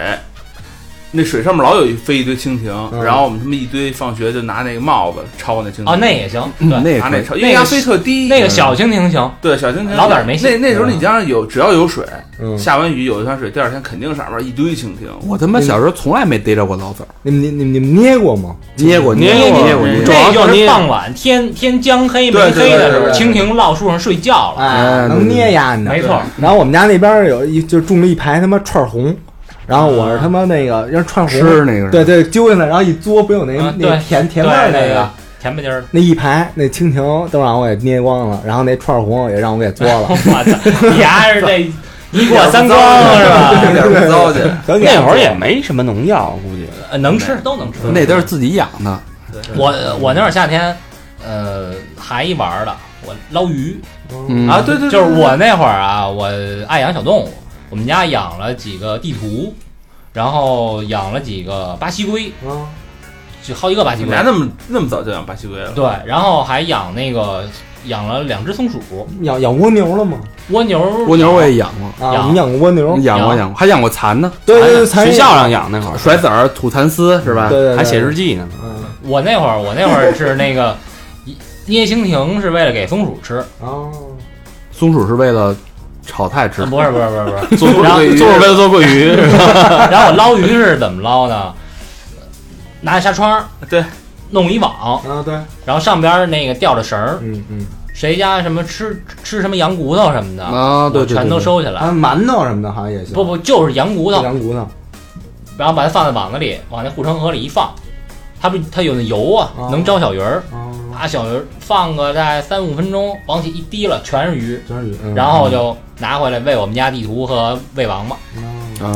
Speaker 3: 那水上面老有一飞一堆蜻蜓，
Speaker 4: 嗯
Speaker 3: 然后我们他妈一堆放学就拿那个帽子抄那蜻
Speaker 6: 哦，
Speaker 3: 蜓，
Speaker 6: 那也行，
Speaker 2: 嗯
Speaker 6: 对，
Speaker 2: 那可
Speaker 3: 拿那
Speaker 2: 以
Speaker 3: 抄，因为
Speaker 6: 那
Speaker 3: 它
Speaker 6: 个
Speaker 3: 飞特低，
Speaker 6: 那个小蜻蜓行，
Speaker 3: 对小蜻蜓
Speaker 6: 老板儿没嗯信
Speaker 3: 那那时候你家上有只要有水，
Speaker 4: 嗯，
Speaker 3: 下完雨有一滩水，第二天肯定上面一堆蜻蜓，
Speaker 2: 我他妈小时候从来没逮着过老子儿，
Speaker 4: 你们你们你们捏过吗？
Speaker 2: 捏过
Speaker 5: 捏
Speaker 2: 过
Speaker 5: 过
Speaker 2: 捏过
Speaker 3: 捏
Speaker 2: 捏过。
Speaker 3: 过
Speaker 5: 主要
Speaker 6: 这就
Speaker 5: 靠
Speaker 6: 是
Speaker 5: 捏
Speaker 6: 傍晚天天将黑没
Speaker 3: 对对
Speaker 6: 黑的时候，
Speaker 4: 对对对
Speaker 6: 蜻蜓落树上睡觉了，
Speaker 4: 哎，能捏呀你。
Speaker 6: 没错。
Speaker 4: 然后我们家那边有一就种了一排他妈串红，然后我是他妈那个让串红
Speaker 2: 吃那个是吧
Speaker 4: 对对，揪下来，然后一嘬，不有那
Speaker 6: 啊
Speaker 4: 那个
Speaker 6: 对
Speaker 4: 甜甜
Speaker 6: 对
Speaker 4: 味儿
Speaker 6: 对
Speaker 4: 那
Speaker 6: 对
Speaker 4: 个。
Speaker 6: 甜不唧 (laughs) 儿的。
Speaker 4: 那一排那蜻蜓都让我给捏光了，然后那串红也让我给嘬了，
Speaker 6: 我操，你还是这一过三光是吧？
Speaker 3: 有点不糟践。
Speaker 4: 全给
Speaker 5: 那会儿也没什么农药，估计
Speaker 6: 呃能吃都能吃。
Speaker 2: 那都是自己养的，
Speaker 6: 我我那会儿夏天，呃，还一玩儿的，我捞鱼
Speaker 2: 嗯
Speaker 6: 啊，
Speaker 2: (laughs)
Speaker 3: 对对对
Speaker 6: 就是我那会儿啊，我爱养小动物，我们家养了几个地图，然后养了几个巴西龟，
Speaker 4: 啊
Speaker 6: 就好几个巴西
Speaker 3: 你
Speaker 6: 龟
Speaker 3: 们家，那么那么早就养巴
Speaker 6: (laughs)
Speaker 3: 西龟了？
Speaker 6: 对，然后还养那个养了两只松鼠，
Speaker 4: 养养蜗牛了吗？
Speaker 6: 蜗牛，
Speaker 2: 蜗牛我也养过，
Speaker 4: 啊，
Speaker 6: 养
Speaker 4: 我们养过蜗牛，
Speaker 2: 养过
Speaker 6: 养
Speaker 2: 养过，还养过蚕呢，
Speaker 4: 对对对，蚕
Speaker 5: 学
Speaker 4: 也
Speaker 5: 校上养那会儿，
Speaker 2: 甩籽儿、吐蚕丝是吧
Speaker 4: 对？对对，
Speaker 5: 还写日记呢。
Speaker 4: 嗯
Speaker 6: 我那会儿我那会儿是那个 (laughs) 一捏蜻蜓是为了给松鼠吃，
Speaker 4: 哦，
Speaker 2: 松鼠是为了炒菜吃
Speaker 6: 不是，啊不是不是不是。
Speaker 2: (laughs)
Speaker 5: 做做
Speaker 6: 然后
Speaker 5: 做为了做桂鱼，
Speaker 6: (laughs) 然后我捞鱼是怎么捞呢？拿纱窗儿
Speaker 3: 对，
Speaker 6: 弄一网，
Speaker 4: 啊对，
Speaker 6: 然后上边儿那个吊着绳儿，
Speaker 4: 嗯嗯，
Speaker 6: 谁家什么吃吃什么羊骨头什么的，
Speaker 2: 啊，对
Speaker 6: 我
Speaker 2: 对，
Speaker 6: 全都
Speaker 2: 对。
Speaker 6: 收起
Speaker 4: 还
Speaker 6: 来。
Speaker 4: 有馒头什么的好像也行，
Speaker 6: 不不，就是羊骨头，
Speaker 4: 羊骨头，
Speaker 6: 然后把它放在网子里，往那护城河里一放，它不它有那油啊，
Speaker 4: 哦
Speaker 6: 能招小鱼儿，
Speaker 4: 啊，
Speaker 6: 把小鱼放个大概三五分钟，往起一滴了，全是鱼，
Speaker 2: 真是
Speaker 6: 然后就拿回来喂我们家地图和喂王八。
Speaker 2: 啊，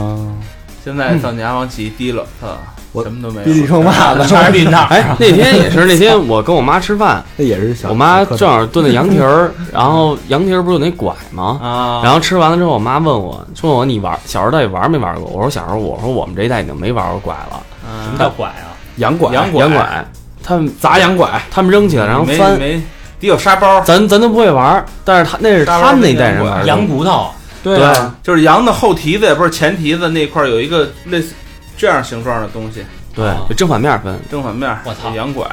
Speaker 3: 现
Speaker 6: 嗯
Speaker 3: 在到家往起一滴了，操，
Speaker 2: 我
Speaker 3: 什么都没
Speaker 4: 比你
Speaker 3: 有。
Speaker 4: 更骂的。
Speaker 6: 全是绿套。
Speaker 5: 哎， (laughs) 那天也是，那天我跟我妈吃饭，
Speaker 2: 那也是小
Speaker 5: 我
Speaker 2: 小
Speaker 5: 妈
Speaker 2: 蝌蚪
Speaker 5: 正好炖的 (laughs) 羊蹄儿，然后羊蹄儿不是有那拐吗？
Speaker 3: 啊，
Speaker 5: 然后吃完了之后，我妈问我，说我你玩小时候到底玩没玩过？我说小时候，我说我们这一代已经没玩过拐了，
Speaker 6: 什么叫拐啊？
Speaker 2: 羊拐
Speaker 5: 羊
Speaker 2: 羊
Speaker 5: 拐，他们砸羊拐，他们扔起来然后
Speaker 3: 没
Speaker 5: 翻，
Speaker 3: 没得有沙包，
Speaker 5: 咱咱都不会玩，但是他那是
Speaker 3: 沙包
Speaker 5: 他们那一代人
Speaker 3: 跟
Speaker 5: 玩的，
Speaker 6: 羊骨头，
Speaker 5: 对啊，
Speaker 3: 就是羊的后蹄子也不是前蹄子那块儿有一个类似这样形状的东西，
Speaker 5: 对，有正反面分。
Speaker 3: 正反面。
Speaker 6: 我操
Speaker 3: 羊拐，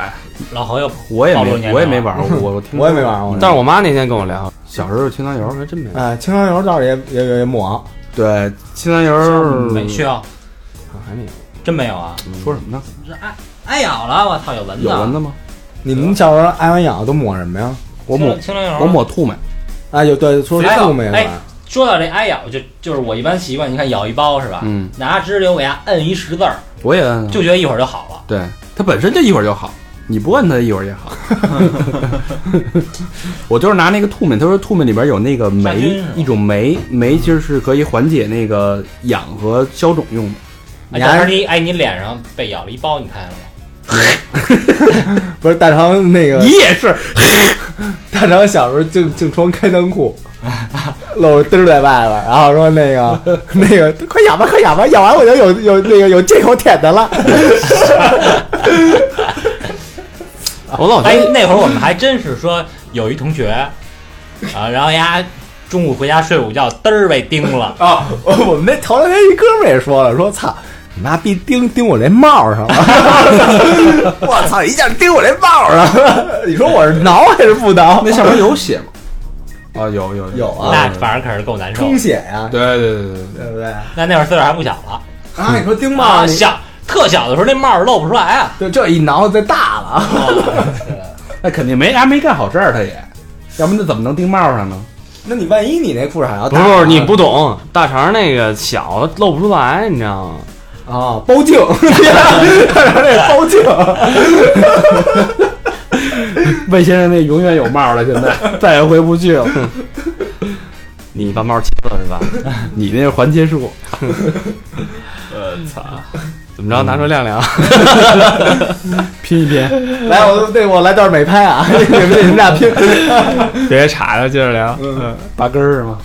Speaker 6: 老侯又
Speaker 2: 我也
Speaker 6: 暴露年
Speaker 2: 没
Speaker 6: 龄
Speaker 2: 我也没
Speaker 6: 了
Speaker 2: 玩过，我听
Speaker 4: 我也没玩过
Speaker 5: 但是我妈那天跟我聊，
Speaker 2: 小时候青藏油
Speaker 5: 我，说真没玩，
Speaker 4: 哎，青藏油倒是也也也也抹王，
Speaker 2: 对青藏油
Speaker 6: 没需要，
Speaker 5: 还没有。
Speaker 6: 真没有啊？
Speaker 2: 说什么呢？
Speaker 6: 这挨挨咬了，我操，有蚊子
Speaker 2: 有
Speaker 6: 啊。
Speaker 2: 蚊子吗？
Speaker 4: 你们小时候挨完痒都抹什么呀？
Speaker 2: 我
Speaker 6: 清
Speaker 2: 抹
Speaker 6: 清凉油。
Speaker 2: 我抹吐沫，
Speaker 4: 啊，有对，说
Speaker 6: 哎
Speaker 4: 吐没有
Speaker 6: 哎说到这挨咬，就就是我一般习惯，你看咬一包是吧？
Speaker 2: 嗯，
Speaker 6: 拿指甲油给它摁一十字儿，
Speaker 2: 我也摁啊，
Speaker 6: 就觉得一会儿就好了。
Speaker 2: 对，它本身就一会儿就好，你不摁它一会儿也好。 (laughs) 我就是拿那个吐沫，他说吐沫里边有那个
Speaker 6: 杀
Speaker 2: 酶
Speaker 6: 菌是吧，
Speaker 2: 一种酶，酶其实是可以缓解那个痒和消肿用的。
Speaker 4: 你
Speaker 6: 哎，当时
Speaker 4: 还
Speaker 6: 你哎，你脸上被咬了一包，你看见了吗？
Speaker 4: 不是大长那个
Speaker 2: 你也是，
Speaker 4: 大长小时候净净穿开裆裤，露着嘚儿在外边儿，然后说那个那个快咬吧，快咬吧，咬完我就有有那个有借口舔的了。
Speaker 5: 我老
Speaker 6: 哎
Speaker 5: 觉，得
Speaker 6: 那会儿我们还真是说有一同学啊，然后丫中午回家睡午觉，嘚儿被叮了，
Speaker 4: 啊，我我们那头两天一哥们儿也说了，说操。你妈逼钉钉我这帽上了！我操，一下钉我这帽上了！ (laughs) 你说我是挠还是不挠？
Speaker 2: 那上面有血吗？啊，有有
Speaker 4: 有啊
Speaker 6: 那反正可是够难受
Speaker 4: 充。血呀、
Speaker 2: 对对对对
Speaker 4: 对不对？
Speaker 6: 那那会儿岁数还不小了，
Speaker 4: 啊，你说钉帽
Speaker 6: 啊，
Speaker 4: 你
Speaker 6: 小特小的时候那帽儿露不出来啊。
Speaker 4: 对这一挠再大了啊！
Speaker 2: 对，那肯定没还没干好事儿，他也，要不那怎么能钉帽上呢？
Speaker 4: (laughs) 那你万一你那裤衩要
Speaker 5: 不
Speaker 4: 大呢，
Speaker 5: 是你不懂，大肠那个小露不出来，你知道吗？
Speaker 4: 啊，包 (laughs) 茎，那包茎，
Speaker 2: 魏先生那永远有帽了，现 (laughs) 在再也回不去了。
Speaker 5: 你把帽切了是吧？
Speaker 2: 你那是环切术，
Speaker 3: 我操！
Speaker 5: 怎么着？拿出亮亮，嗯 (laughs)
Speaker 2: 拼一
Speaker 4: (laughs)
Speaker 2: 拼。
Speaker 4: 来，我对我来段美拍啊，你们你们俩拼，
Speaker 5: 别岔了，接着聊。
Speaker 2: 拔根儿是吗？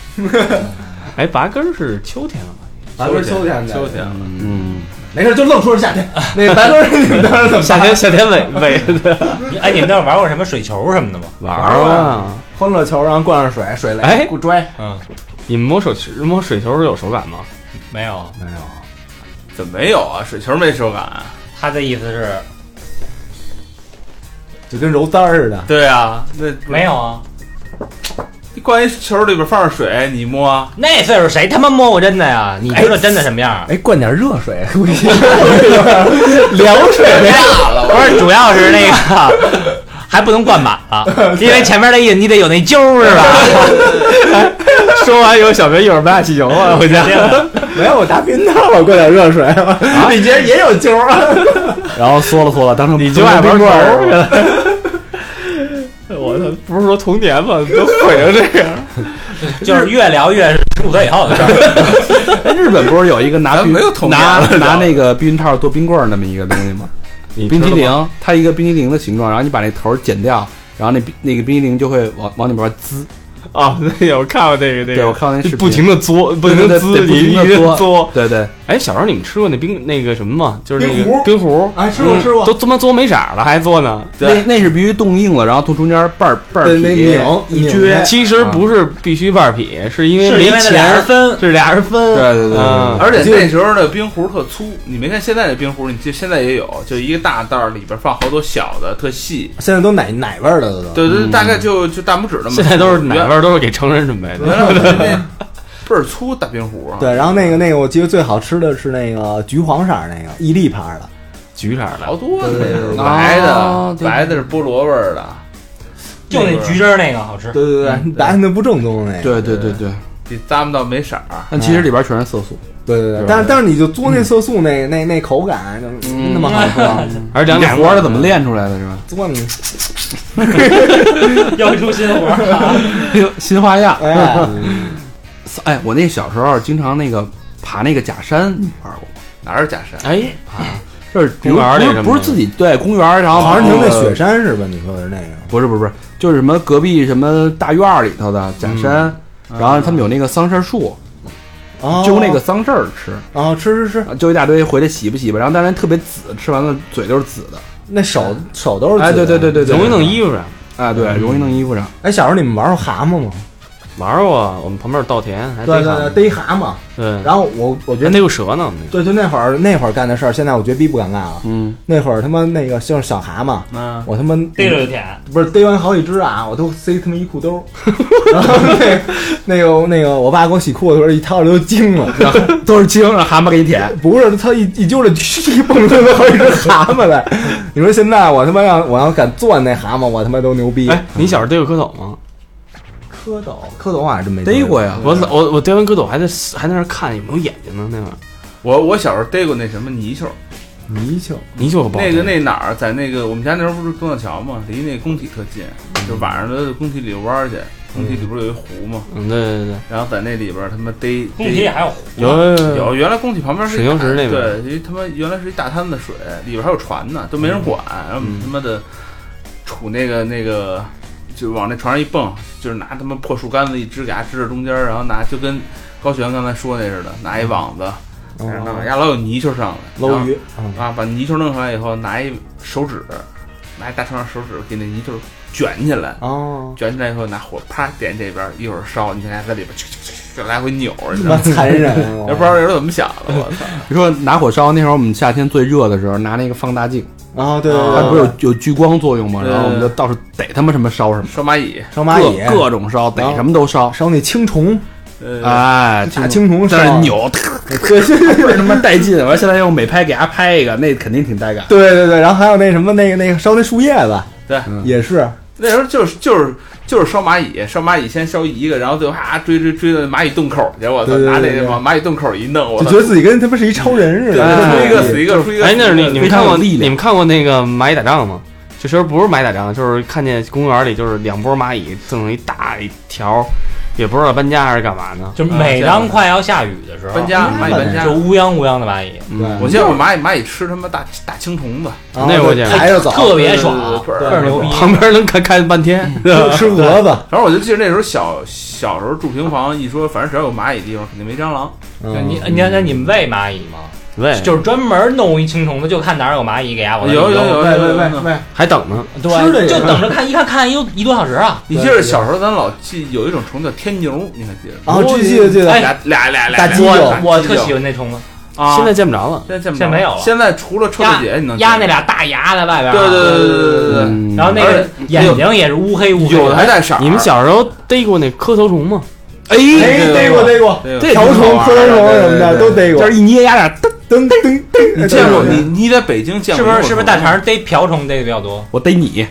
Speaker 5: 哎，拔根儿是秋天了吧？
Speaker 4: 咱们秋天去，
Speaker 3: 秋天了，
Speaker 2: 嗯，
Speaker 4: 没事就愣说是夏 (laughs) 天，那白哥你们当时怎么
Speaker 5: (laughs) 夏天夏天尾尾的
Speaker 6: 哎，你们那会儿玩过什么水球什么的吗？
Speaker 5: 玩儿啊！
Speaker 4: 欢乐球，然后灌上水，水来
Speaker 5: 哎
Speaker 4: 给我拽，
Speaker 6: 嗯，
Speaker 5: (laughs) 你们摸手摸水球是有手感吗？
Speaker 6: 没有。
Speaker 3: 怎么没有啊？水球没手感啊？
Speaker 6: 他的意思 (laughs) 是
Speaker 4: 就跟揉丝儿似的。
Speaker 3: 对啊，那不
Speaker 6: 没有啊。
Speaker 3: 你灌一球里边放上水，你摸，
Speaker 6: 那岁数谁他妈摸过真的呀？你知道真的什么样？ (laughs)
Speaker 4: 哎，灌点热水，估计
Speaker 5: (laughs)
Speaker 4: 凉水没
Speaker 6: 不是，主要是那个 (laughs) 还不能灌满 (laughs) 了，因为前面那你得有那揪儿是啊吧？
Speaker 5: 说完以后，小明一会儿不下去游了，回家。 (laughs)
Speaker 4: 没有，我打冰套，我灌点热水，里边也有球啊。
Speaker 2: 然后缩了缩了，当成
Speaker 5: 你就爱玩
Speaker 2: 冰棍儿
Speaker 5: 球去了。我操！不是说童年吗？都毁成这样。
Speaker 6: (laughs) 就是越聊越是十五岁以后的事儿。
Speaker 2: 哎，日本不是有一个拿
Speaker 3: 咱
Speaker 2: 避
Speaker 3: 没有童年
Speaker 2: 拿
Speaker 3: 了
Speaker 2: 拿那个避孕套做冰棍儿那么一个东西吗？
Speaker 5: 你
Speaker 2: 冰淇淋，它一个冰淇淋的形状，然后你把那头儿剪掉，然后那冰那个冰淇淋就会往往里边滋。
Speaker 5: 啊？对，我看过那个那
Speaker 2: 对，我
Speaker 5: 个。
Speaker 2: 看过那视频，
Speaker 5: 不停的嘬，不
Speaker 2: 对对
Speaker 5: 停的
Speaker 2: 对
Speaker 5: 滋，
Speaker 2: 对不
Speaker 5: 你
Speaker 2: 停地
Speaker 5: 一直
Speaker 2: 嘬
Speaker 5: 嘬。
Speaker 2: 对对，
Speaker 5: 哎，小时候你们吃过那冰那个什么吗？就是那
Speaker 4: 冰
Speaker 5: 个冰壶，啊嗯
Speaker 4: 哎，吃过吃过，
Speaker 5: 都他妈嘬没色儿了，还嘬呢。
Speaker 2: 那那是必须冻硬了，然后从中间儿瓣儿瓣儿
Speaker 4: 对那
Speaker 2: 皮
Speaker 4: 拧
Speaker 2: 一
Speaker 4: 拧
Speaker 2: 撅
Speaker 4: 开，
Speaker 5: 嗯其实
Speaker 2: 嗯
Speaker 5: 不是必须半匹，是因为
Speaker 6: 是
Speaker 5: 没
Speaker 6: 因为那俩人
Speaker 5: 钱，
Speaker 6: 分，
Speaker 5: 是俩人分。
Speaker 2: 对对对
Speaker 5: 嗯
Speaker 2: 对
Speaker 3: 而且那时候的冰壶特粗，你没看现在的冰壶，你就现在也有，就一个大袋儿里边放好多小的，特细。
Speaker 4: 现在都奶奶味儿的了都。
Speaker 3: 对对，大概就就大拇指那么粗。
Speaker 5: 现在都是奶味儿，都是给成人准备
Speaker 3: 原？
Speaker 5: 的。
Speaker 3: 原来我们那倍儿粗大冰壶啊，
Speaker 4: 对，然后那个那个，我记得最好吃的是那个橘黄色儿那个伊利牌儿的，
Speaker 5: 橘色
Speaker 3: 好
Speaker 5: 的，
Speaker 3: 多呢
Speaker 4: 对
Speaker 3: 那
Speaker 4: 对
Speaker 3: 是
Speaker 4: 对
Speaker 3: 白
Speaker 2: 哦
Speaker 3: 的，
Speaker 2: 对
Speaker 3: 白的是菠萝味儿的，
Speaker 6: 就那橘汁儿那个好吃。
Speaker 4: 对对对，白的不正宗的那个。
Speaker 2: 对对对对，
Speaker 3: 得咂摸到没色儿。
Speaker 2: 但其实里边全是嗯色素，
Speaker 4: 对对对
Speaker 2: 对，
Speaker 4: 但是但是你就嘬那色素那那那口感，就
Speaker 2: 嗯
Speaker 4: 那么好
Speaker 2: (laughs)
Speaker 4: 喝，
Speaker 2: 而且那活儿是怎么练出来的，是吧？
Speaker 4: 嘬你
Speaker 6: 又出新活儿了。
Speaker 2: 哎呦， (laughs) 新花样！
Speaker 4: 哎呀，
Speaker 2: 嗯哎，我那小时候经常那个爬那个假山玩过，
Speaker 3: 哪是假山？
Speaker 5: 哎，
Speaker 2: 就是
Speaker 5: 公园
Speaker 2: 不
Speaker 5: 儿那
Speaker 2: 是
Speaker 5: 什么
Speaker 2: 不是
Speaker 5: 的
Speaker 2: 自己对公园儿，然后
Speaker 4: 哦好像
Speaker 2: 爬
Speaker 4: 是
Speaker 2: 那
Speaker 4: 那
Speaker 2: 个
Speaker 4: 雪山是吧？你说的是那个？
Speaker 2: 不是不是不是，就是什么隔壁什么大院儿里头的假山，然后他们有那个桑葚树，
Speaker 4: 哦
Speaker 2: 揪那个桑葚儿吃，
Speaker 4: 哦，吃吃吃，
Speaker 2: 啊揪一大堆回来洗吧洗吧，然后当然特别紫，吃完了嘴都是紫的，
Speaker 4: 那手手都是
Speaker 2: 哎
Speaker 4: 紫的
Speaker 2: 对对对对对，
Speaker 5: 容易弄衣服上。
Speaker 2: 啊对，容易弄衣服上，
Speaker 4: 哎，小时候你们玩过蛤蟆吗？
Speaker 5: 玩过，我们旁边有稻田，
Speaker 2: 哎
Speaker 5: 还
Speaker 4: 对
Speaker 5: 逮
Speaker 4: 对
Speaker 5: 蛤蟆
Speaker 4: 对，逮蛤蟆。
Speaker 2: 嗯
Speaker 5: 对，
Speaker 4: 然后我我觉
Speaker 5: 还
Speaker 4: 得
Speaker 5: 逮过蛇呢，我们那
Speaker 4: 对，就那会儿那会儿干的事儿，现在我绝逼不敢干了。
Speaker 2: 嗯，
Speaker 4: 那会儿他妈那个就是小蛤蟆，
Speaker 6: 嗯，
Speaker 4: 我他妈
Speaker 6: 逮着就舔，
Speaker 4: 不是逮完好几只啊，我都塞他妈一裤兜儿。 (laughs) 然后那那个那个，我爸给我洗裤子的时候一掏就惊了，
Speaker 2: 然后 (laughs) 都是青，让蛤蟆给你舔，
Speaker 4: 不是他一一揪着， (laughs) 一蹦出来好几只蛤蟆来。你说现在我他妈要我要敢攥那蛤蟆，我他妈都牛逼。
Speaker 5: 哎，你小时候逮过蝌蚪吗？
Speaker 4: 蝌蚪，蝌蚪我还真没
Speaker 2: 逮过呀
Speaker 5: 我我我逮完蝌蚪还在还在那儿看有没有眼睛呢，那会儿
Speaker 3: 我我小时候逮过那什么泥鳅，
Speaker 4: 泥鳅。
Speaker 5: 泥鳅可不好
Speaker 3: 那
Speaker 5: 逮
Speaker 3: 个那哪儿，在那个我们家那时候不是东大桥嘛，离那工体特近，就晚上都工体里边玩儿去，工体里不是有一湖嘛，
Speaker 5: 嗯对对对，
Speaker 3: 然后在那里边儿他妈逮
Speaker 6: 工体啊里
Speaker 3: 逮
Speaker 6: 还有
Speaker 5: 有有有有
Speaker 3: 有，原来工体旁边是一
Speaker 5: 呃水晶石那边嗯
Speaker 3: 对，因为他妈原来是一大滩子水，里边还有船呢，都没人管，然后我们他妈的杵那个那个，就往那船上一蹦，就是拿他妈破树杆子一支给它支着中间儿，然后拿就跟高璇刚才说那似的，拿一
Speaker 5: 嗯
Speaker 3: 网子，
Speaker 5: 哦
Speaker 3: 然后家老有泥鳅上来
Speaker 4: 捞鱼，
Speaker 3: 然后啊，把泥鳅弄上来以后，拿一手指，拿一大长手指给那泥鳅卷起来，
Speaker 2: (laughs)
Speaker 4: 哦，
Speaker 3: 卷起来以后拿火啪点这边，一会儿烧，你看它在里边啾啾啾啾来回扭，
Speaker 4: 他
Speaker 3: 你知
Speaker 4: 妈
Speaker 5: (laughs)
Speaker 3: 道吗？
Speaker 4: 残
Speaker 2: (laughs)
Speaker 4: 忍，啊
Speaker 3: 也不知道人怎么想的，我操！
Speaker 2: 你说拿火烧，那时候我们夏天最热的时候，拿那个放大镜，
Speaker 4: 啊，对对对，
Speaker 2: 它不是有有聚光作用吗？
Speaker 3: 对
Speaker 2: 然后我们就到处逮他妈什么烧什么，
Speaker 3: 烧蚂蚁，
Speaker 4: 烧蚂蚁，
Speaker 2: 各各种烧，逮
Speaker 4: 然后
Speaker 2: 什么都烧，
Speaker 4: 烧那青虫，
Speaker 3: 呃，
Speaker 2: 哎，
Speaker 4: 打青虫
Speaker 2: 但
Speaker 4: 烧啊
Speaker 2: 是扭，
Speaker 4: 对
Speaker 2: 倍儿他妈带劲！完现在用美拍给他拍一个，那肯定挺带感。
Speaker 4: 对对对，然后还有那什么那个那个烧那树叶子，
Speaker 3: 对，
Speaker 4: 也是，
Speaker 3: 那时候就是就是就是烧蚂蚁，烧蚂蚁先烧一个，然后最后哈追追追到蚂蚁洞口去，我操，
Speaker 4: 对对
Speaker 3: 拿
Speaker 4: 对
Speaker 3: 那
Speaker 4: 对
Speaker 3: 往蚂蚁洞口一弄，我
Speaker 4: 就
Speaker 3: 操
Speaker 4: 觉，得自己跟他妈是一超人似
Speaker 3: 对，
Speaker 4: 的。
Speaker 3: 出一个死一个，出一个死一个。
Speaker 5: 哎，那是你你们
Speaker 2: 非常
Speaker 5: 看过
Speaker 2: 有力量
Speaker 5: 你们看过那个蚂蚁打仗吗？这时候不是蚂蚁打仗，就是看见公园里就是两波蚂蚁赠了一大一条，也不知道搬家还是干嘛呢。
Speaker 6: 就
Speaker 3: 啊
Speaker 6: 每当快要下雨的时候，
Speaker 3: 搬家蚂蚁搬家
Speaker 6: 就，乌泱乌泱的蚂蚁，
Speaker 4: 对
Speaker 3: 我见过蚂蚁蚂蚁吃他妈大大青虫子，
Speaker 4: 然后
Speaker 5: 那我
Speaker 4: 就
Speaker 5: 见过
Speaker 4: 抬着走，
Speaker 6: 特别爽，
Speaker 3: 对
Speaker 6: 倍儿牛逼。
Speaker 5: 旁边能看看半天，
Speaker 2: 嗯
Speaker 5: (laughs)
Speaker 4: 吃蛾子，
Speaker 3: 反正我就记得那时候小小时候住平房，一说反正只要有蚂蚁地方肯定没蟑螂，
Speaker 6: 就
Speaker 4: 嗯
Speaker 6: 你你看，那你们喂蚂蚁吗？
Speaker 5: 喂，
Speaker 6: 就是专门弄一青虫子，就看哪儿有蚂蚁给它往
Speaker 3: 有有
Speaker 6: 那一
Speaker 4: 喂
Speaker 3: 有
Speaker 6: 扔，
Speaker 4: 喂
Speaker 3: 有
Speaker 4: 喂
Speaker 3: 有，
Speaker 4: 喂，
Speaker 5: 还等呢。
Speaker 4: 吃的
Speaker 6: 对，
Speaker 4: 也
Speaker 6: 就等着看，一看看一一多小时啊。
Speaker 3: 你记得小时候咱老记有一种虫叫天牛，你还记得？
Speaker 4: 然后记记得记得，
Speaker 6: 哎
Speaker 3: 俩俩俩俩
Speaker 4: 大鸡
Speaker 6: 我
Speaker 3: 哎
Speaker 4: 肉
Speaker 6: 我特喜欢那虫子，
Speaker 3: 啊！
Speaker 5: 现在见不着了，
Speaker 3: 现在见不
Speaker 6: 现
Speaker 3: 着
Speaker 6: 在没有了
Speaker 3: 现在除了臭臭姐你能
Speaker 6: 压那
Speaker 3: 见
Speaker 6: 俩大牙在外边
Speaker 3: 着
Speaker 6: 儿啊。
Speaker 3: 对对对对对对
Speaker 2: 嗯
Speaker 3: 对，
Speaker 6: 然后那
Speaker 3: 而
Speaker 6: 个
Speaker 3: 且
Speaker 6: 眼睛也是乌黑乌黑
Speaker 3: 有的还带色儿。
Speaker 5: 你们小时候逮过那磕头虫吗？
Speaker 2: 哎，
Speaker 4: 哎，逮过逮过，
Speaker 3: 这
Speaker 4: 瓢虫、蝌蚪虫什么的都逮过
Speaker 2: 就是，一捏压点，
Speaker 4: 噔噔噔，
Speaker 3: 你见过？你你在北京见
Speaker 6: 是
Speaker 3: 过
Speaker 6: 不
Speaker 3: 这种虫子吗？
Speaker 6: 是是不是大肠逮瓢虫逮的比较多？
Speaker 2: 我逮你。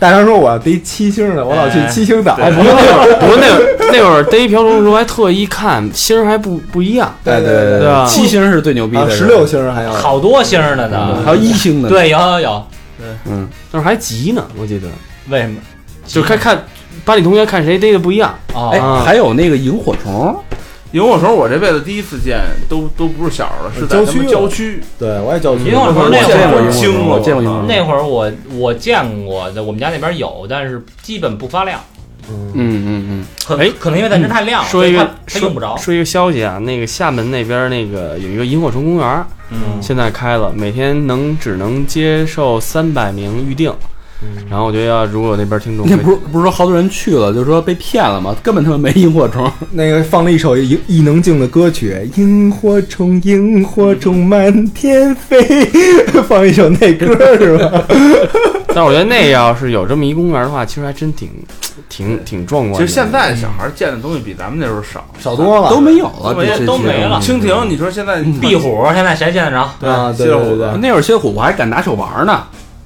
Speaker 4: 大强说我要逮七星的，我老去七星岛，
Speaker 3: 哎
Speaker 5: 不过那会儿，不过那会儿那会儿逮瓢虫的时候还特意看星儿还不不一样，
Speaker 4: 对对对
Speaker 5: 对吧？
Speaker 2: 七星是最牛逼
Speaker 4: 啊，
Speaker 2: 的，啊
Speaker 4: 十六星
Speaker 3: 嗯
Speaker 4: 还有
Speaker 6: 好多星儿的呢
Speaker 2: 还。有一星的。，
Speaker 6: 对，有有有，
Speaker 2: 嗯，
Speaker 5: 那会儿还急呢，我记得，
Speaker 6: 为什么？
Speaker 5: 就是看看班里同学看谁逮的不一样。
Speaker 2: 哎
Speaker 6: 哦，
Speaker 5: 啊，
Speaker 2: 还有那个萤火虫，
Speaker 3: 萤火虫，我这辈子第一次见，都都不是小时候，是在
Speaker 4: 郊
Speaker 3: 他
Speaker 4: 区
Speaker 3: 们郊区。
Speaker 4: 对，我也叫
Speaker 6: 萤火虫那
Speaker 2: 我
Speaker 6: 会
Speaker 2: 见过
Speaker 6: 儿
Speaker 2: 萤火虫，我见过萤火虫。
Speaker 6: 那会儿我我见过的，我们家那边有，但是基本不发亮。
Speaker 2: 嗯嗯嗯，
Speaker 6: 可
Speaker 5: 哎
Speaker 6: 可能因为它真太亮了，
Speaker 5: 说
Speaker 6: 所
Speaker 5: 一
Speaker 6: 以它
Speaker 5: 个
Speaker 6: 它
Speaker 5: 说
Speaker 6: 用不着。
Speaker 5: 说一个消息啊，那个厦门那边那个有一个萤火虫公园儿，
Speaker 6: 嗯
Speaker 5: 现在开了，每天能只能接受三百名预定。然后我觉得要如果有那边听众
Speaker 2: 嗯那
Speaker 5: 会，
Speaker 2: 不是不是说好多人去了，就说被骗了吗？根本他妈没萤火虫。
Speaker 4: 那个放了一首异异能静的歌曲，《萤火虫，萤火虫满天飞》，放一首那歌是吧？
Speaker 5: 但是我觉得那要是有这么一公园的话，其实还真挺挺挺壮观
Speaker 3: 其
Speaker 5: 的。
Speaker 3: 实现在的小孩见的东西比咱们那时候少，
Speaker 4: 少多了
Speaker 2: 都没有了，
Speaker 6: 都没
Speaker 2: 这这
Speaker 6: 都没了嗯
Speaker 2: 这
Speaker 3: 蜻蜓，你说现在
Speaker 6: 壁虎现在谁见得着？
Speaker 3: 对
Speaker 4: 啊，对
Speaker 3: 西
Speaker 4: 对
Speaker 3: 罗
Speaker 4: 对
Speaker 3: 湖
Speaker 4: 对，
Speaker 2: 那会儿蝎虎我还敢拿手玩呢，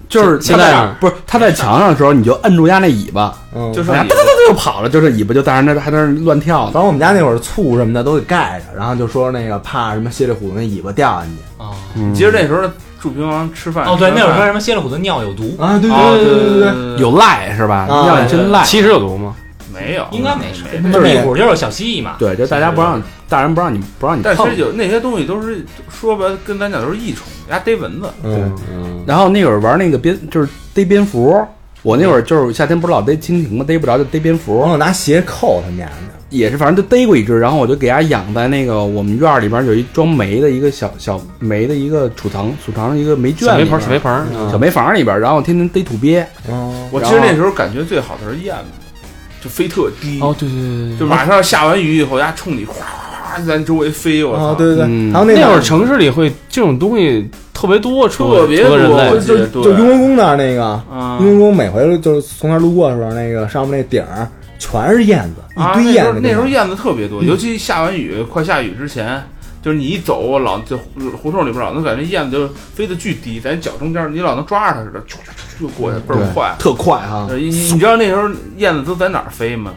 Speaker 2: 就是
Speaker 5: 现
Speaker 2: 他
Speaker 5: 在
Speaker 2: 在
Speaker 5: 呢
Speaker 2: 不是他在墙上的时候，你就摁住压那尾巴，
Speaker 4: 嗯，
Speaker 3: 就是
Speaker 2: 然后
Speaker 3: 你
Speaker 2: 他他就跑了，就这尾巴就在那儿还在那儿乱跳
Speaker 4: 反
Speaker 2: 呢。
Speaker 4: 正我们家那会儿醋什么的都得盖着，然后就说那个怕什么蝎里虎那尾巴掉进去
Speaker 6: 啊。
Speaker 2: 嗯
Speaker 3: 其实那时候住平房吃饭
Speaker 6: 哦，对，那会儿说
Speaker 3: 吃
Speaker 6: 什么蝎子虎的尿有毒，
Speaker 4: 啊，对
Speaker 3: 饭哦对
Speaker 4: 对
Speaker 3: 对，
Speaker 2: 有赖是吧？
Speaker 4: 啊
Speaker 2: 让你真赖。
Speaker 5: 七十有毒吗？
Speaker 3: 没有？
Speaker 6: 应该没事。
Speaker 3: 没
Speaker 4: 对
Speaker 6: 那会儿就是小蜥蜴嘛，
Speaker 2: 对，就大家不让大人不让你不让你
Speaker 3: 但
Speaker 2: 碰
Speaker 3: 是。有那些东西都是说白了跟咱讲都是益虫，人家逮蚊子。
Speaker 4: 嗯嗯，
Speaker 2: 然后那会儿玩那个蝙就是逮蝙蝠，我那会儿就是夏天不是老逮蜻蜓吗？逮不着就逮蝙
Speaker 4: 我
Speaker 2: 蝠，
Speaker 4: 老拿鞋扣他们家呢，
Speaker 2: 也是反正就逮过一只，然后我就给它养在那个我们院儿里边有一装煤的一个小小煤的一个储藏储藏的一个煤圈
Speaker 5: 小煤
Speaker 2: 里边
Speaker 5: 盆，小煤盆儿，嗯
Speaker 2: 小煤房里边，然后天天逮土鳖。
Speaker 4: 嗯，
Speaker 3: 我其实那时候感觉最好的是燕子，就飞特低，
Speaker 5: 哦，对对对对
Speaker 3: 就
Speaker 5: 对。
Speaker 3: 马上下完雨以后，人家冲你哗哗在周围飞，我操，
Speaker 4: 啊，对对对，
Speaker 2: 嗯
Speaker 4: 还有
Speaker 5: 那
Speaker 4: 会
Speaker 5: 会儿
Speaker 4: 儿
Speaker 5: 城市里会这种东西特别多，除了
Speaker 3: 特别
Speaker 5: 除了人
Speaker 3: 多
Speaker 5: 类
Speaker 3: 我
Speaker 4: 就
Speaker 3: 对
Speaker 4: 就雍和宫那儿那个
Speaker 3: 啊，
Speaker 4: 雍和宫，每回就是从那儿路过的时候，那个上面那顶儿全是燕子，一
Speaker 3: 啊，
Speaker 4: 堆
Speaker 3: 那时
Speaker 4: 燕
Speaker 3: 候
Speaker 4: 子。嗯
Speaker 3: 那时候燕子特别多，尤其下完雨、快下雨之前，就是你一走，我老就胡同里边老能感觉燕子就飞得巨低，在你脚中间，你老能抓着它似的，啾啾啾就过去，倍儿快。
Speaker 4: 特快啊！
Speaker 3: 呃你你你知道那时候燕子都在哪儿飞吗？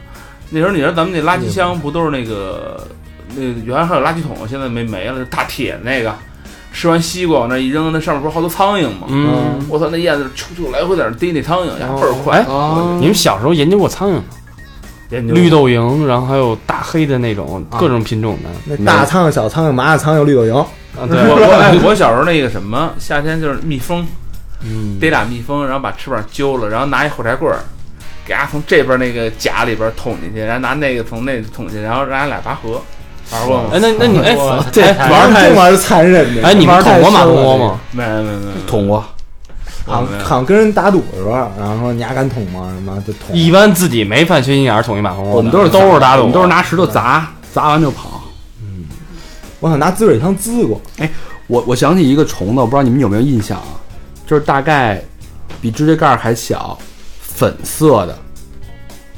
Speaker 3: 那时候你知道咱们那垃圾箱不都是那个那个原来还有垃圾桶，现在没没了，大铁那个，吃完西瓜往那一扔，那上面不是好多苍蝇吗？
Speaker 5: 嗯，
Speaker 3: 我操，那燕子啾啾来回在那逮那苍蝇，呀倍儿快
Speaker 5: 哎。
Speaker 4: 啊嗯
Speaker 5: 你们小时候研究过苍蝇吗？绿豆蝇，然后还有大黑的那种各种品种的。
Speaker 4: 那大苍蝇、小苍蝇、麻辣苍蝇、绿豆蝇，
Speaker 5: 啊，
Speaker 3: 我
Speaker 5: (laughs) 对，
Speaker 3: 我哎我小时候那个什么，夏天就是蜜蜂，
Speaker 5: 嗯，
Speaker 3: 逮俩蜜蜂，然后把翅膀揪了，然后拿一火柴棍儿，给它从这边那个夹里边捅进去，然后拿那个从那捅进去，然后让它俩拔河，玩过吗？
Speaker 5: 哎，那那你哎
Speaker 6: 我，
Speaker 5: 对，
Speaker 6: 太
Speaker 5: 玩儿
Speaker 4: 这
Speaker 5: 太
Speaker 4: 玩意儿是残忍的。
Speaker 5: 哎，你们
Speaker 4: 玩儿
Speaker 5: 捅
Speaker 4: 太
Speaker 5: 过马
Speaker 4: 深
Speaker 5: 蜂
Speaker 4: 了
Speaker 5: 窝
Speaker 4: 这个
Speaker 5: 吗？
Speaker 3: 没没没没，
Speaker 2: 捅过，
Speaker 4: 好
Speaker 3: 没
Speaker 4: 像好像跟人打赌的时候，然后说你丫敢捅吗？什么就捅。
Speaker 5: 一般自己没犯缺心眼儿捅一马蜂窝的，
Speaker 2: 我们都是
Speaker 5: 都是打
Speaker 2: 我
Speaker 5: 赌，啊
Speaker 2: 们都是拿石头砸，砸完就跑。
Speaker 4: 我想拿滋水枪滋过，
Speaker 2: 我我想起一个虫子，我不知道你们有没有印象啊，就是大概比指甲盖儿还小，粉色的，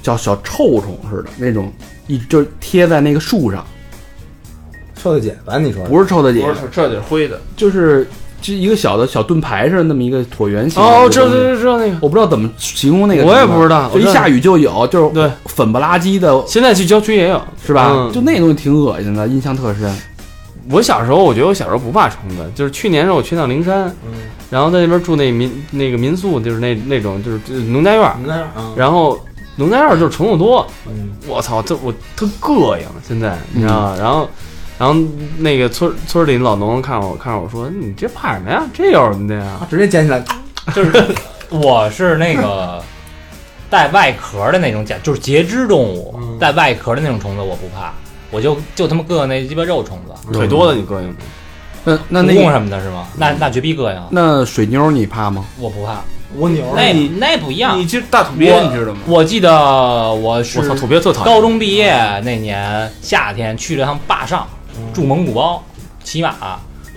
Speaker 2: 叫小臭虫似的那种，一就是贴在那个树上，
Speaker 4: 臭的姐吧？你说
Speaker 2: 不是臭大姐
Speaker 3: 不，是这得是灰的，
Speaker 2: 就是就一个小的小盾牌似的那么一个椭圆形。
Speaker 5: 哦，知道知道知道那个。
Speaker 2: 我不知道怎么形容那个，
Speaker 5: 我也不知道
Speaker 2: 就一下雨就有，就是
Speaker 5: 对
Speaker 2: 粉不拉几的，
Speaker 5: 现在去郊区也有，
Speaker 2: 是吧？
Speaker 5: 嗯
Speaker 2: 就那东西挺恶心的，印象特深。
Speaker 5: 我小时候，我觉得我小时候不怕虫子，就是去年时候我去趟灵山，然后在那边住那民那个民宿，就是那那种就是就是农家院儿，
Speaker 4: 你那啊？
Speaker 5: 然后农家院儿就是虫子多，
Speaker 4: 嗯
Speaker 5: 我操，这我特膈应，现在你知道吗？然后，然后那个村村里老农看我看我说你这怕什么呀？这有什么的呀？
Speaker 4: 啊直接捡起来，
Speaker 6: 就是我是那个带外壳的那种甲，就是节肢动物
Speaker 5: 嗯
Speaker 6: 带外壳的那种虫子，我不怕，我就就他妈膈应那鸡巴肉虫子，
Speaker 5: 腿多的你膈应吗？嗯
Speaker 2: 那那
Speaker 6: 蜈
Speaker 2: 那
Speaker 6: 蚣
Speaker 2: 个
Speaker 6: 什么的是吗？那那绝逼膈应，
Speaker 2: 那水妞你怕吗？
Speaker 6: 我不怕，
Speaker 4: 蜗牛
Speaker 6: 那那不一样
Speaker 3: 你。这大土鳖你知道吗？
Speaker 6: 我记得我是
Speaker 5: 我操，土鳖特讨厌。
Speaker 6: 高中毕业那年夏天去了趟坝上，住蒙古包，骑马，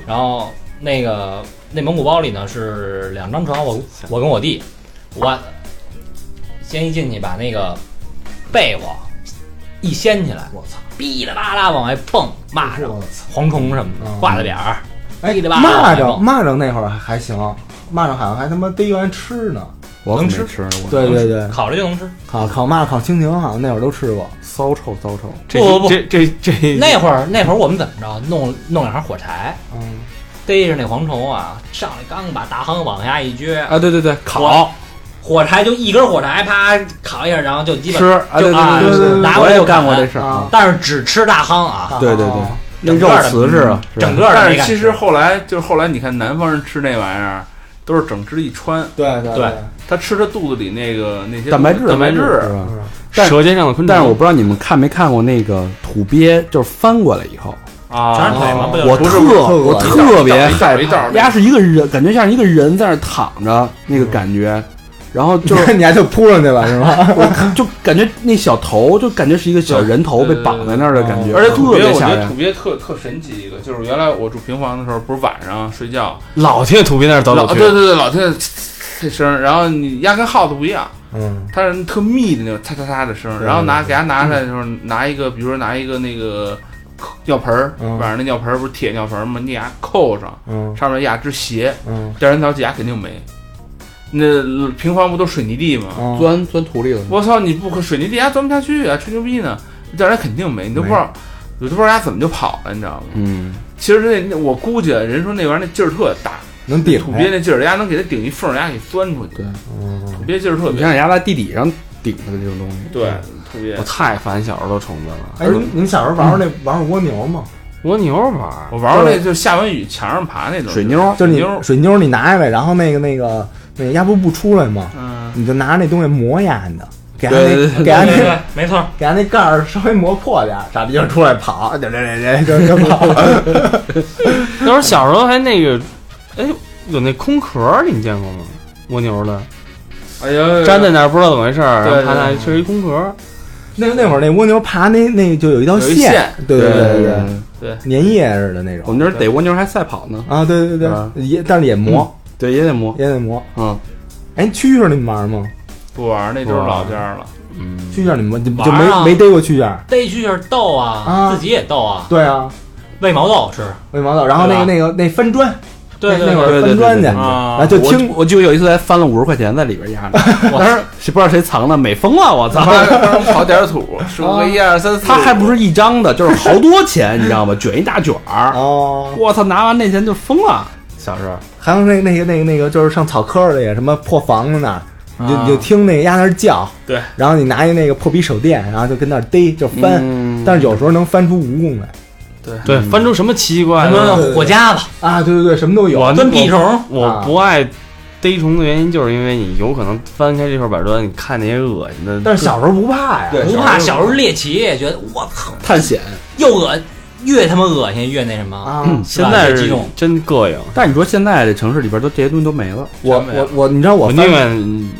Speaker 6: 然后那个那蒙古包里呢是两张床，我我跟我弟，我先一进去把那个被窝一掀起来，
Speaker 4: 我操！
Speaker 6: 哔啦吧啦往外蹦，蚂蚱
Speaker 4: 我、操！
Speaker 6: 蝗虫什么的，
Speaker 4: 嗯
Speaker 6: 挂了点儿，
Speaker 4: 哎，
Speaker 6: 噼里啪啦
Speaker 4: 蚂蚱蚂蚱那会儿还行，蚂蚱好像还他妈逮完吃呢。
Speaker 2: 我可没
Speaker 6: 能吃
Speaker 2: 吃，我
Speaker 4: 对对对，
Speaker 6: 烤了就能吃。
Speaker 4: 烤烤蚂蚱、烤蜻蜓，好啊像那会儿都吃过。
Speaker 2: 骚臭骚臭。
Speaker 5: 这
Speaker 6: 不不不
Speaker 5: 这这这
Speaker 6: 那会儿那会儿我们怎么着，弄弄两行火柴，
Speaker 4: 嗯，
Speaker 6: 逮着那蝗虫啊，上来刚把大夯往下一撅，
Speaker 2: 啊，对对对，烤
Speaker 6: 我火柴就一根火柴，啪烤一下，然后就基
Speaker 2: 吃
Speaker 6: 本。
Speaker 2: 啊，
Speaker 6: 就
Speaker 2: 对
Speaker 6: 啊
Speaker 2: 对对，
Speaker 6: 拿
Speaker 2: 我
Speaker 6: 过来
Speaker 2: 也
Speaker 6: 就
Speaker 2: 干
Speaker 6: 砍
Speaker 2: 过这事儿
Speaker 4: 啊，
Speaker 6: 但是只吃大夯啊，
Speaker 2: 对对对
Speaker 4: 啊
Speaker 2: 那肉瓷是啊，是
Speaker 6: 整
Speaker 2: 吧
Speaker 6: 个的
Speaker 3: 但
Speaker 6: 没
Speaker 3: 是
Speaker 6: 敢
Speaker 3: 其
Speaker 6: 吃
Speaker 3: 实后来就是后来，你看南方人吃那玩意儿，都是整只一穿，
Speaker 4: 对对
Speaker 6: 对
Speaker 3: 他吃他肚子里那个那些
Speaker 2: 蛋白质
Speaker 3: 蛋白
Speaker 2: 质
Speaker 3: 质
Speaker 2: 是，吧？但
Speaker 5: 舌尖上的昆虫。
Speaker 2: 但是我不知道你们看没看过那个土鳖，就是翻过来以后，
Speaker 3: 啊，
Speaker 6: 全是腿嘛，
Speaker 4: 哦
Speaker 6: 不
Speaker 2: 我特
Speaker 6: 就
Speaker 4: 不是不是
Speaker 2: 我
Speaker 4: 不
Speaker 3: 是
Speaker 2: 特别
Speaker 3: 一道
Speaker 2: 害
Speaker 3: 一道一道
Speaker 2: 怕，
Speaker 3: 一道
Speaker 2: 丫是一个人，感觉像是一个人在那儿躺着那个感觉，然后就
Speaker 4: 就是 (laughs) 你还就扑上去了是吧？
Speaker 3: 嗯
Speaker 2: 就感觉那小头就感觉是一个小人头被
Speaker 3: 对对对
Speaker 2: 绑在那儿的感觉，
Speaker 3: 而且土
Speaker 2: 特
Speaker 3: 鳖，
Speaker 2: 别
Speaker 3: 我觉
Speaker 2: 吓
Speaker 3: 得土
Speaker 2: 人。
Speaker 3: 鳖特特神奇一个，就是原来我住平房的时候，不是晚上睡觉，
Speaker 5: 老听见土鳖在那儿走
Speaker 3: 老
Speaker 5: 走
Speaker 3: 对
Speaker 5: 去，
Speaker 3: 对对，老听见这声儿，然后你压跟耗子不一样，
Speaker 4: 嗯，
Speaker 3: 它是特密的那种嚓嚓嚓的声儿，然后拿给它拿出来的时候，拿一个比如说拿一个那个尿盆儿，
Speaker 4: 嗯
Speaker 3: 晚上那尿盆儿不是铁尿盆儿吗？你给它扣上，
Speaker 4: 嗯
Speaker 3: 上面压只鞋，
Speaker 4: 嗯，
Speaker 3: 第二天早起来肯定没。那平房不都水泥地吗？
Speaker 4: 嗯
Speaker 2: 钻钻土里了。
Speaker 3: 我操，你不可水泥地还钻不下去啊，吹牛逼呢！但是肯定没，你都不知道，我都不知道他怎么就跑了，你知道吗？
Speaker 2: 嗯，
Speaker 3: 其实那那我估计啊人说那玩意儿那劲儿特大，
Speaker 4: 能顶
Speaker 3: 土鳖那劲儿，人家能给它顶一缝儿，人家给钻出去。
Speaker 2: 对
Speaker 3: 土鳖劲儿特
Speaker 2: 你
Speaker 3: 别，
Speaker 2: 看人家在地底上顶着的这种东西，
Speaker 3: 对，土鳖
Speaker 5: 我。太烦小时候的虫子了。
Speaker 4: 哎，你们小时候玩过那玩过蜗牛吗？
Speaker 5: 蜗牛玩儿，
Speaker 3: 我玩过那，就是下完雨墙上爬那种
Speaker 2: 水妞儿
Speaker 4: 就是
Speaker 3: 水
Speaker 4: 你
Speaker 3: 妞，
Speaker 4: 水妞，你拿下来，然后那个那个那个鸭不不出来吗？
Speaker 3: 嗯，
Speaker 4: 你就拿那东西磨牙你的，给它
Speaker 2: 对对
Speaker 4: 那
Speaker 2: 对
Speaker 4: 给它那
Speaker 6: 对，没错，
Speaker 4: 给它那盖儿稍微磨破点儿，傻逼就出来跑，就就就就就跑。
Speaker 5: 那时候小时候还那个，哎，有那空壳儿，你们见过吗？蜗牛的
Speaker 3: 哎呀，
Speaker 5: 粘在那儿，不知道怎么回事儿，
Speaker 3: 对
Speaker 5: 然后它那是一空壳儿。
Speaker 4: (laughs) 那那会儿那蜗牛爬那那就有一道
Speaker 3: 有一
Speaker 4: 线
Speaker 3: 线，
Speaker 4: 对对
Speaker 2: 对
Speaker 4: 对，粘液似的那
Speaker 2: 我
Speaker 4: 种
Speaker 2: 们那儿逮蜗牛还赛跑呢，
Speaker 4: 啊，对对
Speaker 2: 啊
Speaker 4: 对，也但是也磨，
Speaker 2: 对，也得摸
Speaker 4: 也得磨。
Speaker 2: 啊。
Speaker 4: 哎，蛐蛐你们玩吗？
Speaker 3: 不玩儿那就是老家了。
Speaker 4: 蛐蛐你们就就
Speaker 6: 玩啊
Speaker 4: 没没逮过蛐蛐？
Speaker 6: 逮蛐蛐逗啊，
Speaker 4: 啊
Speaker 6: 自己也逗啊，
Speaker 4: 对啊，
Speaker 6: 喂毛豆吃，
Speaker 4: 喂毛豆，然后那个那个那翻砖，
Speaker 6: 对
Speaker 4: 那
Speaker 6: 对
Speaker 4: 那会
Speaker 6: 对，
Speaker 4: 儿翻砖去，
Speaker 2: 对对对对
Speaker 4: 然啊后就听
Speaker 2: 啊我我就有一次还翻了五十块钱在里边压着，当时谁不知道谁藏的，美疯了，我
Speaker 3: (laughs)
Speaker 2: 操！
Speaker 3: 然后跑点儿
Speaker 2: (laughs)
Speaker 3: 土，数个一二三四，
Speaker 2: 啊他还不是一张的，就是好多钱，你知道吗？卷一大卷
Speaker 3: 啊
Speaker 2: 儿，
Speaker 4: 哦，
Speaker 2: 我操！拿完那钱就疯了。
Speaker 5: 小时候，
Speaker 4: 还有那那个那个那个就是上草坑儿里什么破房子那儿。你就
Speaker 3: 啊
Speaker 4: 你就听那个丫那儿叫，
Speaker 3: 对，
Speaker 4: 然后你拿一那个破匕首电，然后就跟那儿逮，就翻，
Speaker 2: 嗯
Speaker 4: 但是有时候能翻出蜈蚣来
Speaker 5: 对，翻出什么奇奇怪
Speaker 6: 什
Speaker 5: 怪的？
Speaker 6: 么火夹子、
Speaker 4: 啊，对对对，什么都有，
Speaker 5: 我
Speaker 6: 蹲屁虫，
Speaker 5: 我不爱逮虫的原因，就是因为你有可能翻开这块板砖，你看那些恶心的。
Speaker 4: 但是小时候不怕呀，
Speaker 6: 不怕。小时候猎奇也觉得我操，
Speaker 2: 探险，
Speaker 6: 又恶越他妈恶心越那什么，
Speaker 4: 啊，
Speaker 6: 是
Speaker 5: 现
Speaker 6: 吧
Speaker 5: 在
Speaker 6: 越激
Speaker 5: 是
Speaker 6: 动。
Speaker 5: 真膈应，
Speaker 2: 但你说现在这城市里边都这些东西都没了，
Speaker 4: 我
Speaker 3: 全没有
Speaker 4: 我我，你知道我
Speaker 5: 我
Speaker 4: 翻
Speaker 5: 宁愿嗯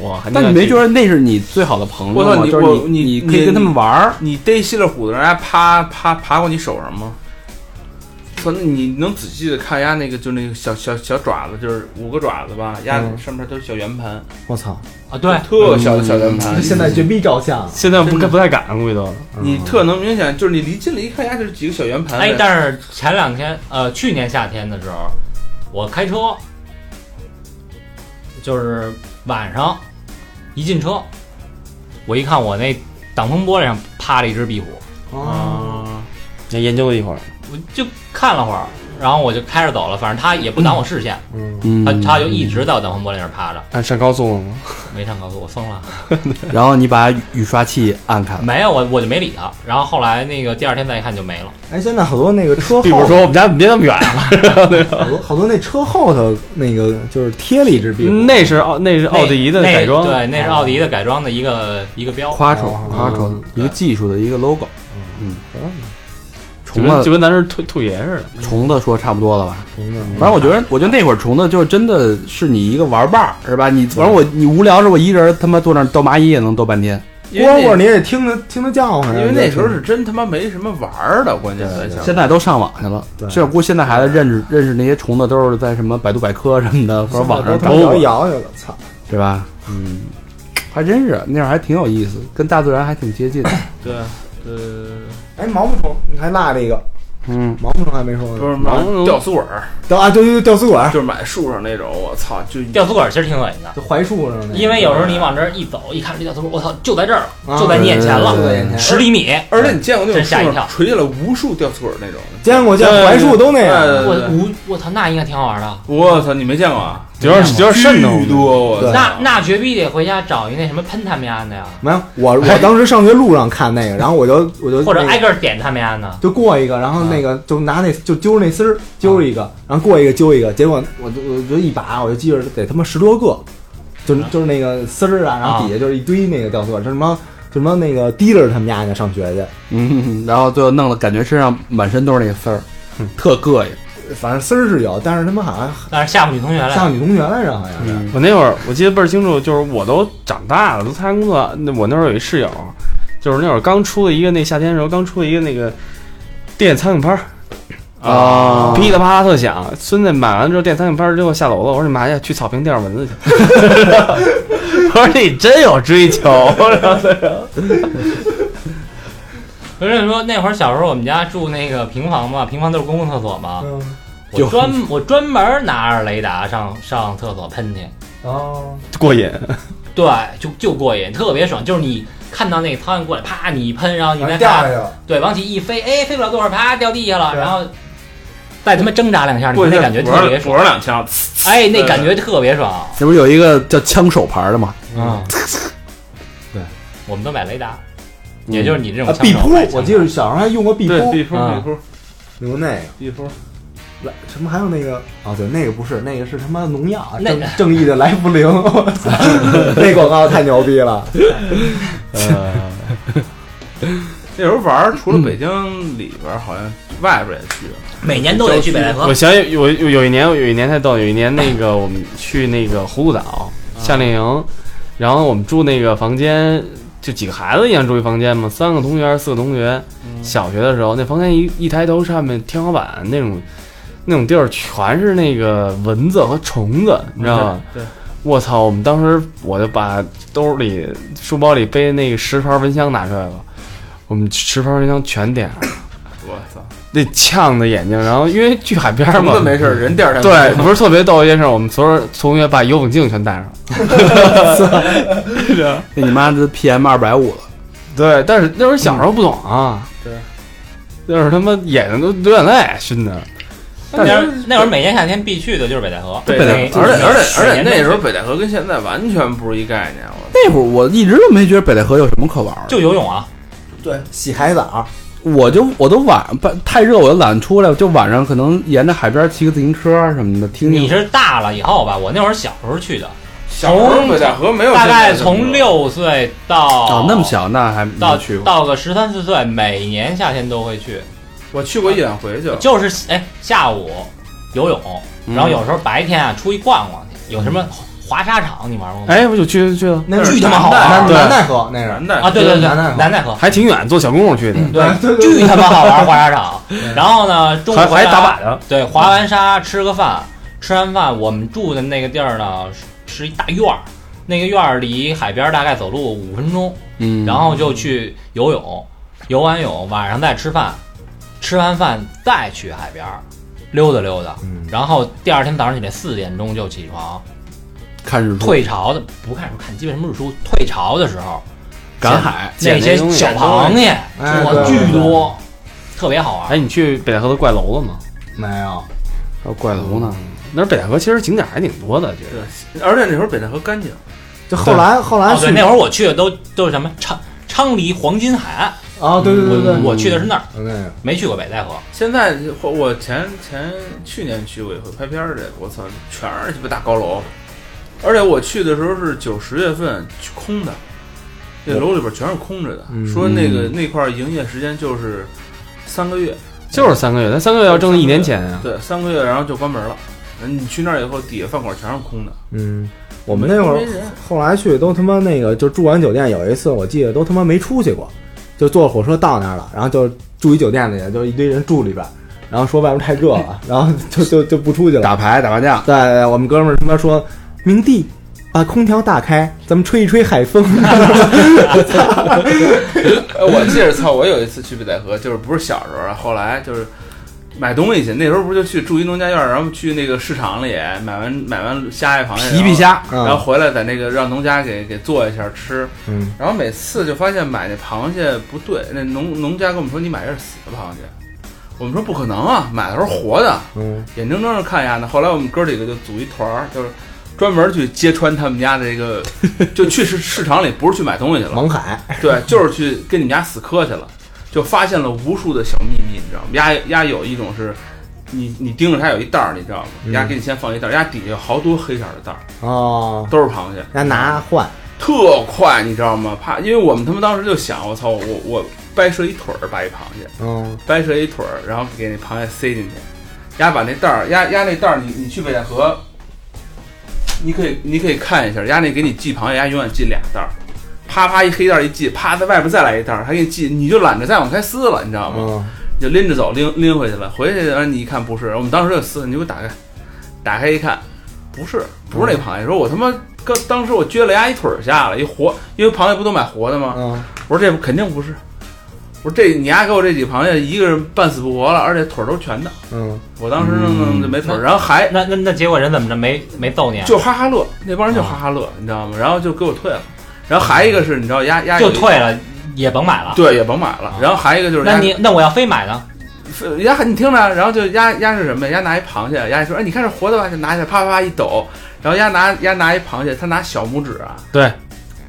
Speaker 5: 我还宁愿
Speaker 2: 但你没
Speaker 5: 去
Speaker 2: 觉得那是你最好的朋友
Speaker 3: 我
Speaker 2: 吗？
Speaker 3: 操你
Speaker 2: 就是
Speaker 3: 我
Speaker 2: 你
Speaker 3: 你
Speaker 2: 可以跟他们玩儿，
Speaker 3: 你逮稀里糊涂，人家趴趴爬过你手上吗？说那你能仔细的看人家那个，就那个小小小爪子，就是五个爪子吧，压
Speaker 4: 嗯
Speaker 3: 上面都是小圆盘，
Speaker 4: 我操，
Speaker 6: 啊，对，
Speaker 3: 特小的小圆盘。嗯
Speaker 4: 现在绝逼照相，
Speaker 5: 现在不不太敢了，估计都。
Speaker 3: 你特能明显，就是你离近了一看，人家就是几个小圆盘。
Speaker 6: 哎，但是前两天，呃，去年夏天的时候，我开车，就是晚上一进车，我一看我那挡风玻璃上趴了一只壁虎，
Speaker 3: 啊，
Speaker 5: 先研究了一会儿，
Speaker 6: 我就看了会儿，然后我就开着走了，反正它也不挡我视线，
Speaker 4: 嗯，
Speaker 6: 它
Speaker 2: 嗯
Speaker 6: 它就一直在我挡风玻璃上趴着，
Speaker 5: 按上高速了吗？
Speaker 6: 没上高速，我疯了，
Speaker 2: 然后你把雨刷器按开了。
Speaker 6: 没有我我就没理它，然后后来那个第二天再一看就没了，
Speaker 4: 哎，现在好多那个车
Speaker 5: (laughs) 比如
Speaker 4: 后，
Speaker 5: 说我们家别那么远啊了，
Speaker 4: 好多好多那车后头那个就是贴了一只壁
Speaker 3: 嗯
Speaker 4: 虎，
Speaker 5: (laughs) 那是奥那是奥迪的
Speaker 6: 那
Speaker 5: 改装，哎
Speaker 6: 对，那是奥迪的改装的一个一个标，
Speaker 2: 夸丑
Speaker 4: 哦，
Speaker 2: 夸丑，一个技术的一个 logo。嗯，
Speaker 5: 就
Speaker 2: 虫
Speaker 5: 跟就
Speaker 2: 子，
Speaker 5: 跟咱这兔兔爷似的。
Speaker 2: 虫子说差不多了吧？
Speaker 4: 虫子
Speaker 2: 反正我觉得，我觉得那会儿虫子就真的是你一个玩伴儿，是吧？你反正我你无聊时候，我一人他妈坐那儿逗蚂蚁也能逗半天。
Speaker 3: 因
Speaker 4: 蝈蝈
Speaker 3: 为
Speaker 4: 你也得听它听它叫唤啊
Speaker 3: 那
Speaker 4: 呀，
Speaker 3: 因为那时候是真他妈没什么玩儿的，关键在想
Speaker 2: 现在都上网去了，
Speaker 4: 对
Speaker 2: 这估计现在孩子认识认识那些虫子都是在什么百度百科什么的，或者网上
Speaker 4: 摇摇
Speaker 2: 搜，
Speaker 4: 摇去了，操，
Speaker 2: 对吧？嗯，还真是那会儿还挺有意思，跟大自然还挺接近。
Speaker 3: 对，呃，
Speaker 4: 哎，毛毛虫，你还落了一个
Speaker 2: 嗯，
Speaker 4: 毛毛虫还没说
Speaker 3: 不
Speaker 4: 呢，
Speaker 3: 是
Speaker 5: 毛绒
Speaker 3: 吊死鬼儿，
Speaker 4: 等啊，对对对，吊死鬼儿，
Speaker 3: 就是买树上那种，我操，就
Speaker 6: 吊死鬼儿其实挺恶心的。
Speaker 4: 就槐树上的那个，
Speaker 6: 因为有时候你往这儿一走，一看这吊死鬼，我操，就在这儿了，
Speaker 4: 啊
Speaker 6: 就在你眼前
Speaker 4: 就
Speaker 6: 了，
Speaker 4: 在眼前
Speaker 6: 十厘米，
Speaker 3: 而且你见过那种
Speaker 6: 真吓一
Speaker 3: 树
Speaker 6: 跳
Speaker 3: 上垂下来无数吊死鬼儿那种？
Speaker 4: 见过见过
Speaker 3: 对
Speaker 4: 槐树都那样，
Speaker 3: 对
Speaker 6: 我
Speaker 3: 对对
Speaker 6: 我我操，那应该挺好玩的。
Speaker 3: 我操，你没见过啊？
Speaker 5: 主要是主要是渗透
Speaker 3: 巨多，我操
Speaker 4: 对啊
Speaker 6: 那那绝逼得回家找一那什么喷他们家的呀，
Speaker 4: 没有，我我当时上学路上看那个，然后我就我就
Speaker 6: 或者
Speaker 4: 那个
Speaker 6: 挨个点他们家的。
Speaker 4: 就过一个，然后那个就拿那就揪那丝儿揪一
Speaker 6: 啊
Speaker 4: 个，然后过一个揪一个，结果我就我就一把我就记着得他妈十多个，就是就是那个丝儿啊，然后底下就是一堆那个吊索，这什么什么那个提溜他们家去上学去，
Speaker 2: 嗯，然后最后弄得感觉身上满身都是那个丝儿，
Speaker 5: 嗯
Speaker 2: 特膈应。
Speaker 4: 反正丝儿是有，但是他们好
Speaker 6: 但是吓唬女同学
Speaker 4: 像
Speaker 6: 来，嗯
Speaker 4: 像女同学来着，好像是。
Speaker 5: 我那会儿我记得倍儿清楚，就是我都长大了，都参加工作。那我那会儿有一室友，就是那会儿刚出了一个那夏天的时候刚出了一个那个电苍蝇拍儿
Speaker 2: 啊
Speaker 5: 噼里啪啦特响。孙子买完之后电苍蝇拍儿之后下楼了，我说你妈呀，去草坪钓蚊子去。 (laughs) 我说你真有追求，
Speaker 6: 我跟你说，那会儿小时候我们家住那个平房嘛，平房都是公共厕所嘛，
Speaker 4: 嗯
Speaker 6: 我专我专门拿着雷达上上厕所喷去，
Speaker 4: 哦，
Speaker 5: 过瘾。
Speaker 6: 对，就就过瘾，特别爽。就是你看到那个苍蝇过来，啪你一喷，然后你
Speaker 4: 然后
Speaker 6: 再
Speaker 4: 啊掉下
Speaker 6: 看
Speaker 4: 去，了，
Speaker 6: 对，往起一飞，哎，飞不了多会儿，啪掉地下了，
Speaker 4: 对
Speaker 6: 然后再他妈挣扎两下，你
Speaker 3: 过去
Speaker 6: 那感觉特别
Speaker 3: 补上
Speaker 6: 爽，
Speaker 3: 两枪，
Speaker 6: 哎，那感觉特别爽。
Speaker 2: 这不是有一个叫枪手牌的吗？
Speaker 6: 嗯，
Speaker 4: 对，
Speaker 6: 我们都买雷达，
Speaker 5: 嗯
Speaker 6: 也就是你这种
Speaker 4: 啊
Speaker 6: 枪手
Speaker 4: 壁扑
Speaker 6: 买枪，手
Speaker 4: 我记得小时候还用过壁扑，
Speaker 3: 对，壁扑
Speaker 6: 啊
Speaker 3: 壁扑
Speaker 4: 用过那个。
Speaker 3: 壁扑，
Speaker 4: 来什么还有那个啊？对，那个不是，那个是他妈农药，啊
Speaker 6: 那
Speaker 4: 正正义的来福灵，
Speaker 6: (laughs)
Speaker 4: 那广告太牛逼了。
Speaker 5: 呃
Speaker 3: 那时候玩儿除了北京里边儿，好像外边儿也去了。
Speaker 6: 每年都得去北戴河
Speaker 5: 我，想起我有有一年，有一年太逗，有一年那个我们去那个葫芦
Speaker 3: 啊
Speaker 5: 岛夏令营，然后我们住那个房间，就几个孩子一样住一房间嘛，三个同学还是四个同学。
Speaker 3: 嗯
Speaker 5: 小学的时候，那房间一一抬头，上面天花板那种那种地儿全是那个蚊子和虫子，你知道吗？
Speaker 3: 对对
Speaker 5: 我操！我们当时我就把兜里、书包里背那个十盘蚊香拿出来了，我们十盘蚊香全点上了，
Speaker 3: 我操，
Speaker 5: 那呛的眼睛。然后因为去海边嘛，
Speaker 3: 虫子没事儿，人第二天
Speaker 5: 对，不是特别逗一件事，我们所有人同学把游泳镜全戴上了。
Speaker 2: 那你
Speaker 5: (laughs)
Speaker 2: 妈这 PM 二百五了，
Speaker 5: 对，但是那会儿小时候不懂啊。
Speaker 3: 对。
Speaker 5: 那会儿他妈眼睛都流眼泪，熏的。
Speaker 6: 那会儿那会儿每年夏天必去的就是北戴河，
Speaker 3: 北戴河，而且而且而且那时候北戴河跟现在完全不是一概念，我
Speaker 2: 那会儿我一直都没觉得北戴河有什么可玩的，
Speaker 6: 就游泳啊，
Speaker 4: 对，洗海澡，
Speaker 2: 我就我都晚不太热，我就懒得出来，就晚上可能沿着海边骑个自行车啊什么的，听
Speaker 6: 你
Speaker 2: 听。
Speaker 6: 是大了以后吧？我那会儿小时候去的，
Speaker 3: 小时候北戴河没有
Speaker 6: 大
Speaker 3: 现在
Speaker 6: 概
Speaker 3: 这么多，
Speaker 6: 从六岁到
Speaker 2: 哦，那么小，那还没
Speaker 6: 到
Speaker 2: 去过。
Speaker 6: 到个十三四岁，每年夏天都会去，
Speaker 3: 我去过一两回就
Speaker 6: 就是哎下午游泳，
Speaker 4: 嗯
Speaker 6: 然后有时候白天啊出去逛逛去，有什么滑沙场你玩过吗？
Speaker 5: 哎，我就去去了，
Speaker 4: 那
Speaker 3: 是
Speaker 4: 是
Speaker 3: 巨他妈好玩
Speaker 4: 南
Speaker 5: 对
Speaker 4: 南戴河那是
Speaker 3: 南的
Speaker 6: 啊，对对对，
Speaker 4: 南戴河
Speaker 6: 南戴河，
Speaker 5: 还挺远，坐小公共去的，
Speaker 6: 对，巨他妈好玩滑沙场。
Speaker 4: 嗯
Speaker 6: 然后呢，中午
Speaker 5: 还
Speaker 6: 回
Speaker 5: 还
Speaker 6: 来
Speaker 5: 打靶呢。
Speaker 6: 对，滑完沙吃个饭，吃完饭我们住的那个地儿呢是是一大院儿，那个院儿离海边儿大概走路五分钟，
Speaker 2: 嗯，
Speaker 6: 然后就去游泳，游完泳晚上再吃饭，吃完饭再去海边儿溜达溜达，
Speaker 4: 嗯
Speaker 6: 然后第二天早上起来四点钟就起床，
Speaker 2: 看日出，
Speaker 6: 退潮的不看书看鸡巴什么日出，退潮的时候
Speaker 2: 赶海，
Speaker 6: 那些小螃蟹
Speaker 4: 哎
Speaker 6: 我
Speaker 4: 对
Speaker 6: 巨多，特别好玩。哦
Speaker 5: 哎，你去北戴河的怪楼了吗？
Speaker 4: 没有，
Speaker 5: 还有怪楼呢？那儿北戴河其实景点还挺多的，就是
Speaker 3: 对，而且那时候北戴河干净，
Speaker 4: 就后来后来
Speaker 6: 哦，对，
Speaker 4: 去
Speaker 6: 那会儿我去的都都是什么昌昌黎黄金海岸，
Speaker 4: 啊，对对对对，
Speaker 6: 我去的是那儿，
Speaker 4: 那个
Speaker 6: 没去过北戴河。
Speaker 3: 现在我我前前去年去过一回拍片儿去，我操，全是鸡巴大高楼，而且我去的时候是九十月份，去空的，
Speaker 4: 哦
Speaker 3: 那楼里边全是空着的，
Speaker 4: 嗯
Speaker 3: 说那个那块儿营业时间就是三个月，
Speaker 5: 就是三个月，但三个月要挣一年钱啊。
Speaker 3: 对，三个月然后就关门了。你去那儿以后，底下饭馆全是空的，
Speaker 4: 嗯，我们那会
Speaker 3: 没
Speaker 4: 儿
Speaker 3: 人
Speaker 4: 后来去都他妈那个，就住完酒店，有一次我记得都他妈没出去过，就坐火车到那儿了，然后就住一酒店里，就一堆人住里边儿，然后说外面太热 (laughs) 了，然后就就就不出去了，
Speaker 2: 打牌打麻将，
Speaker 4: 对，我们哥们儿他妈说，明帝把空调打开，咱们吹一吹海 (laughs) 风。嗯
Speaker 3: 哎，我记着，操！我有一次去北戴河，就是不是小时候啊，后来就是买东西去。那时候不是就去住一农家院儿，然后去那个市场里买完买完虾
Speaker 6: 哎
Speaker 3: 呀、螃蟹，
Speaker 2: 皮皮虾，
Speaker 3: 然后，然后回来在那个让农家给给做一下吃。
Speaker 4: 嗯，
Speaker 3: 然后每次就发现买那螃蟹不对，那农农家跟我们说你买这是死的螃蟹，我们说不可能啊，买的时候活的，
Speaker 4: 嗯，
Speaker 3: 眼睁睁的看一下呢。后来我们哥几个就组一团儿，就是专门去揭穿他们家这个，就去市市场里不是去买东西去了，
Speaker 4: 王海，
Speaker 3: 对，就是去跟你们家死磕去了，就发现了无数的小秘密，你知道吗？丫丫有一种是，你你盯着它有一袋儿，你知道吗？丫给你先放一袋儿，丫底下有好多黑色的袋儿，
Speaker 4: 哦，
Speaker 3: 都是螃蟹，
Speaker 4: 让拿换，
Speaker 3: 特快，你知道吗？怕，因为我们他们当时就想，我操，我我掰折一腿儿把一螃蟹，
Speaker 4: 嗯，
Speaker 3: 掰折一腿儿，然后给那螃蟹塞进去，丫把那袋儿，丫丫那袋儿，你你去北戴河，你可以你可以看一下，丫那给你寄螃蟹，丫永远寄俩袋儿，啪啪一黑袋儿一寄，啪在外边再来一袋儿，还给你寄，你就懒得再往开撕了，你知道吗？
Speaker 4: 嗯，
Speaker 3: 你就拎着走，拎拎回去了，回去然后你一看不是，我们当时就撕，你给我打开，打开一看，不是不
Speaker 6: 嗯
Speaker 3: 是那螃蟹，说我他妈。刚当时我撅了丫一腿儿下了，一活，因为螃蟹不都买活的吗？
Speaker 4: 嗯，
Speaker 3: 我说这肯定不是，不是这你丫给我这几螃蟹，一个人半死不活了，而且腿儿都全的。
Speaker 4: 嗯，
Speaker 3: 我当时弄弄就没腿儿，然后还
Speaker 6: 嗯那那那结果人怎么着没没揍你啊？
Speaker 3: 就哈哈乐，那帮人就哈哈乐，你知道吗？然后就给我退了。然后还一个是，你知道丫丫
Speaker 6: 就，退了，也甭买了。
Speaker 3: 对，也甭买了。然后还一个就是
Speaker 6: 那
Speaker 3: 丫
Speaker 6: 你那我要非买呢？
Speaker 3: 丫呃你听着，然后就丫丫是什么呀？丫拿一螃蟹，丫说：“哎，你看这活的吧？”就拿起来，啪啪啪一抖，然后丫拿丫拿一螃蟹，他拿小拇指啊，
Speaker 5: 对，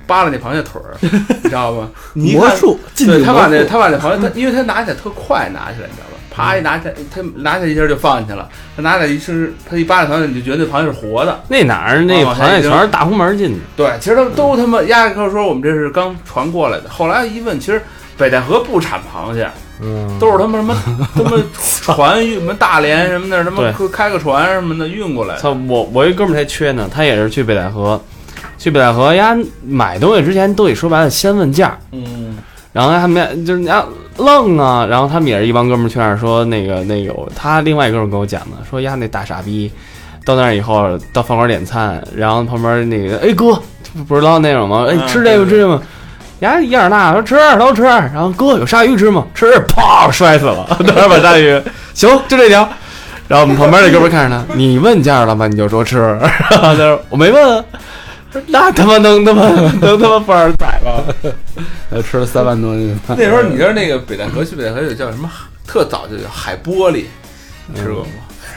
Speaker 3: 扒拉那螃蟹腿儿，你知道吗？你一
Speaker 2: 魔
Speaker 3: 看
Speaker 2: 术，进
Speaker 3: 对
Speaker 2: 去
Speaker 3: 他把那他把那螃蟹，他因为他拿起来特快，拿起来你知道吧？啪一拿起来，他拿起来一下就放进去了。他拿起来一吃，他一扒拉螃蟹，你就觉得那螃蟹是活的。
Speaker 5: 那哪儿那
Speaker 3: 哦
Speaker 5: 螃蟹全是大红门进的，
Speaker 3: 对，其实他们都他妈压根儿说我们这是刚传过来的。后来一问，其实北戴河不产螃蟹，
Speaker 4: 嗯，
Speaker 3: 都是他妈什么
Speaker 5: (laughs)
Speaker 3: 他妈船运什么大连什么的，什么开个船什么的运过来的。
Speaker 5: 操我我一哥们儿才缺呢，他也是去北戴河，去北戴河呀买东西之前都得说白了先问价，
Speaker 3: 嗯，
Speaker 5: 然后他们家就是人家愣啊，然后他们也是一帮哥们儿去那儿说那个那有他另外一个哥们儿跟我讲的，说呀那大傻逼，到那儿以后到饭馆点餐，然后旁边那个哎哥不是唠那种吗？哎
Speaker 3: 嗯
Speaker 5: 吃这个
Speaker 3: 对对
Speaker 5: 吃这个吗，呀一样大说吃都吃，然后哥有鲨鱼吃吗？吃啪摔死了， (laughs) 当时把鲨鱼行就这条。然后我们旁边那哥们儿看着他，你问价了吗？你就说吃，然后他说我没问啊，那他妈能他妈能他妈不让人宰吗？ (laughs)
Speaker 2: 呃吃了三万多那个
Speaker 3: 那时候你知道那个北戴河去北戴河有叫什么？特早就叫海玻璃，吃过吗？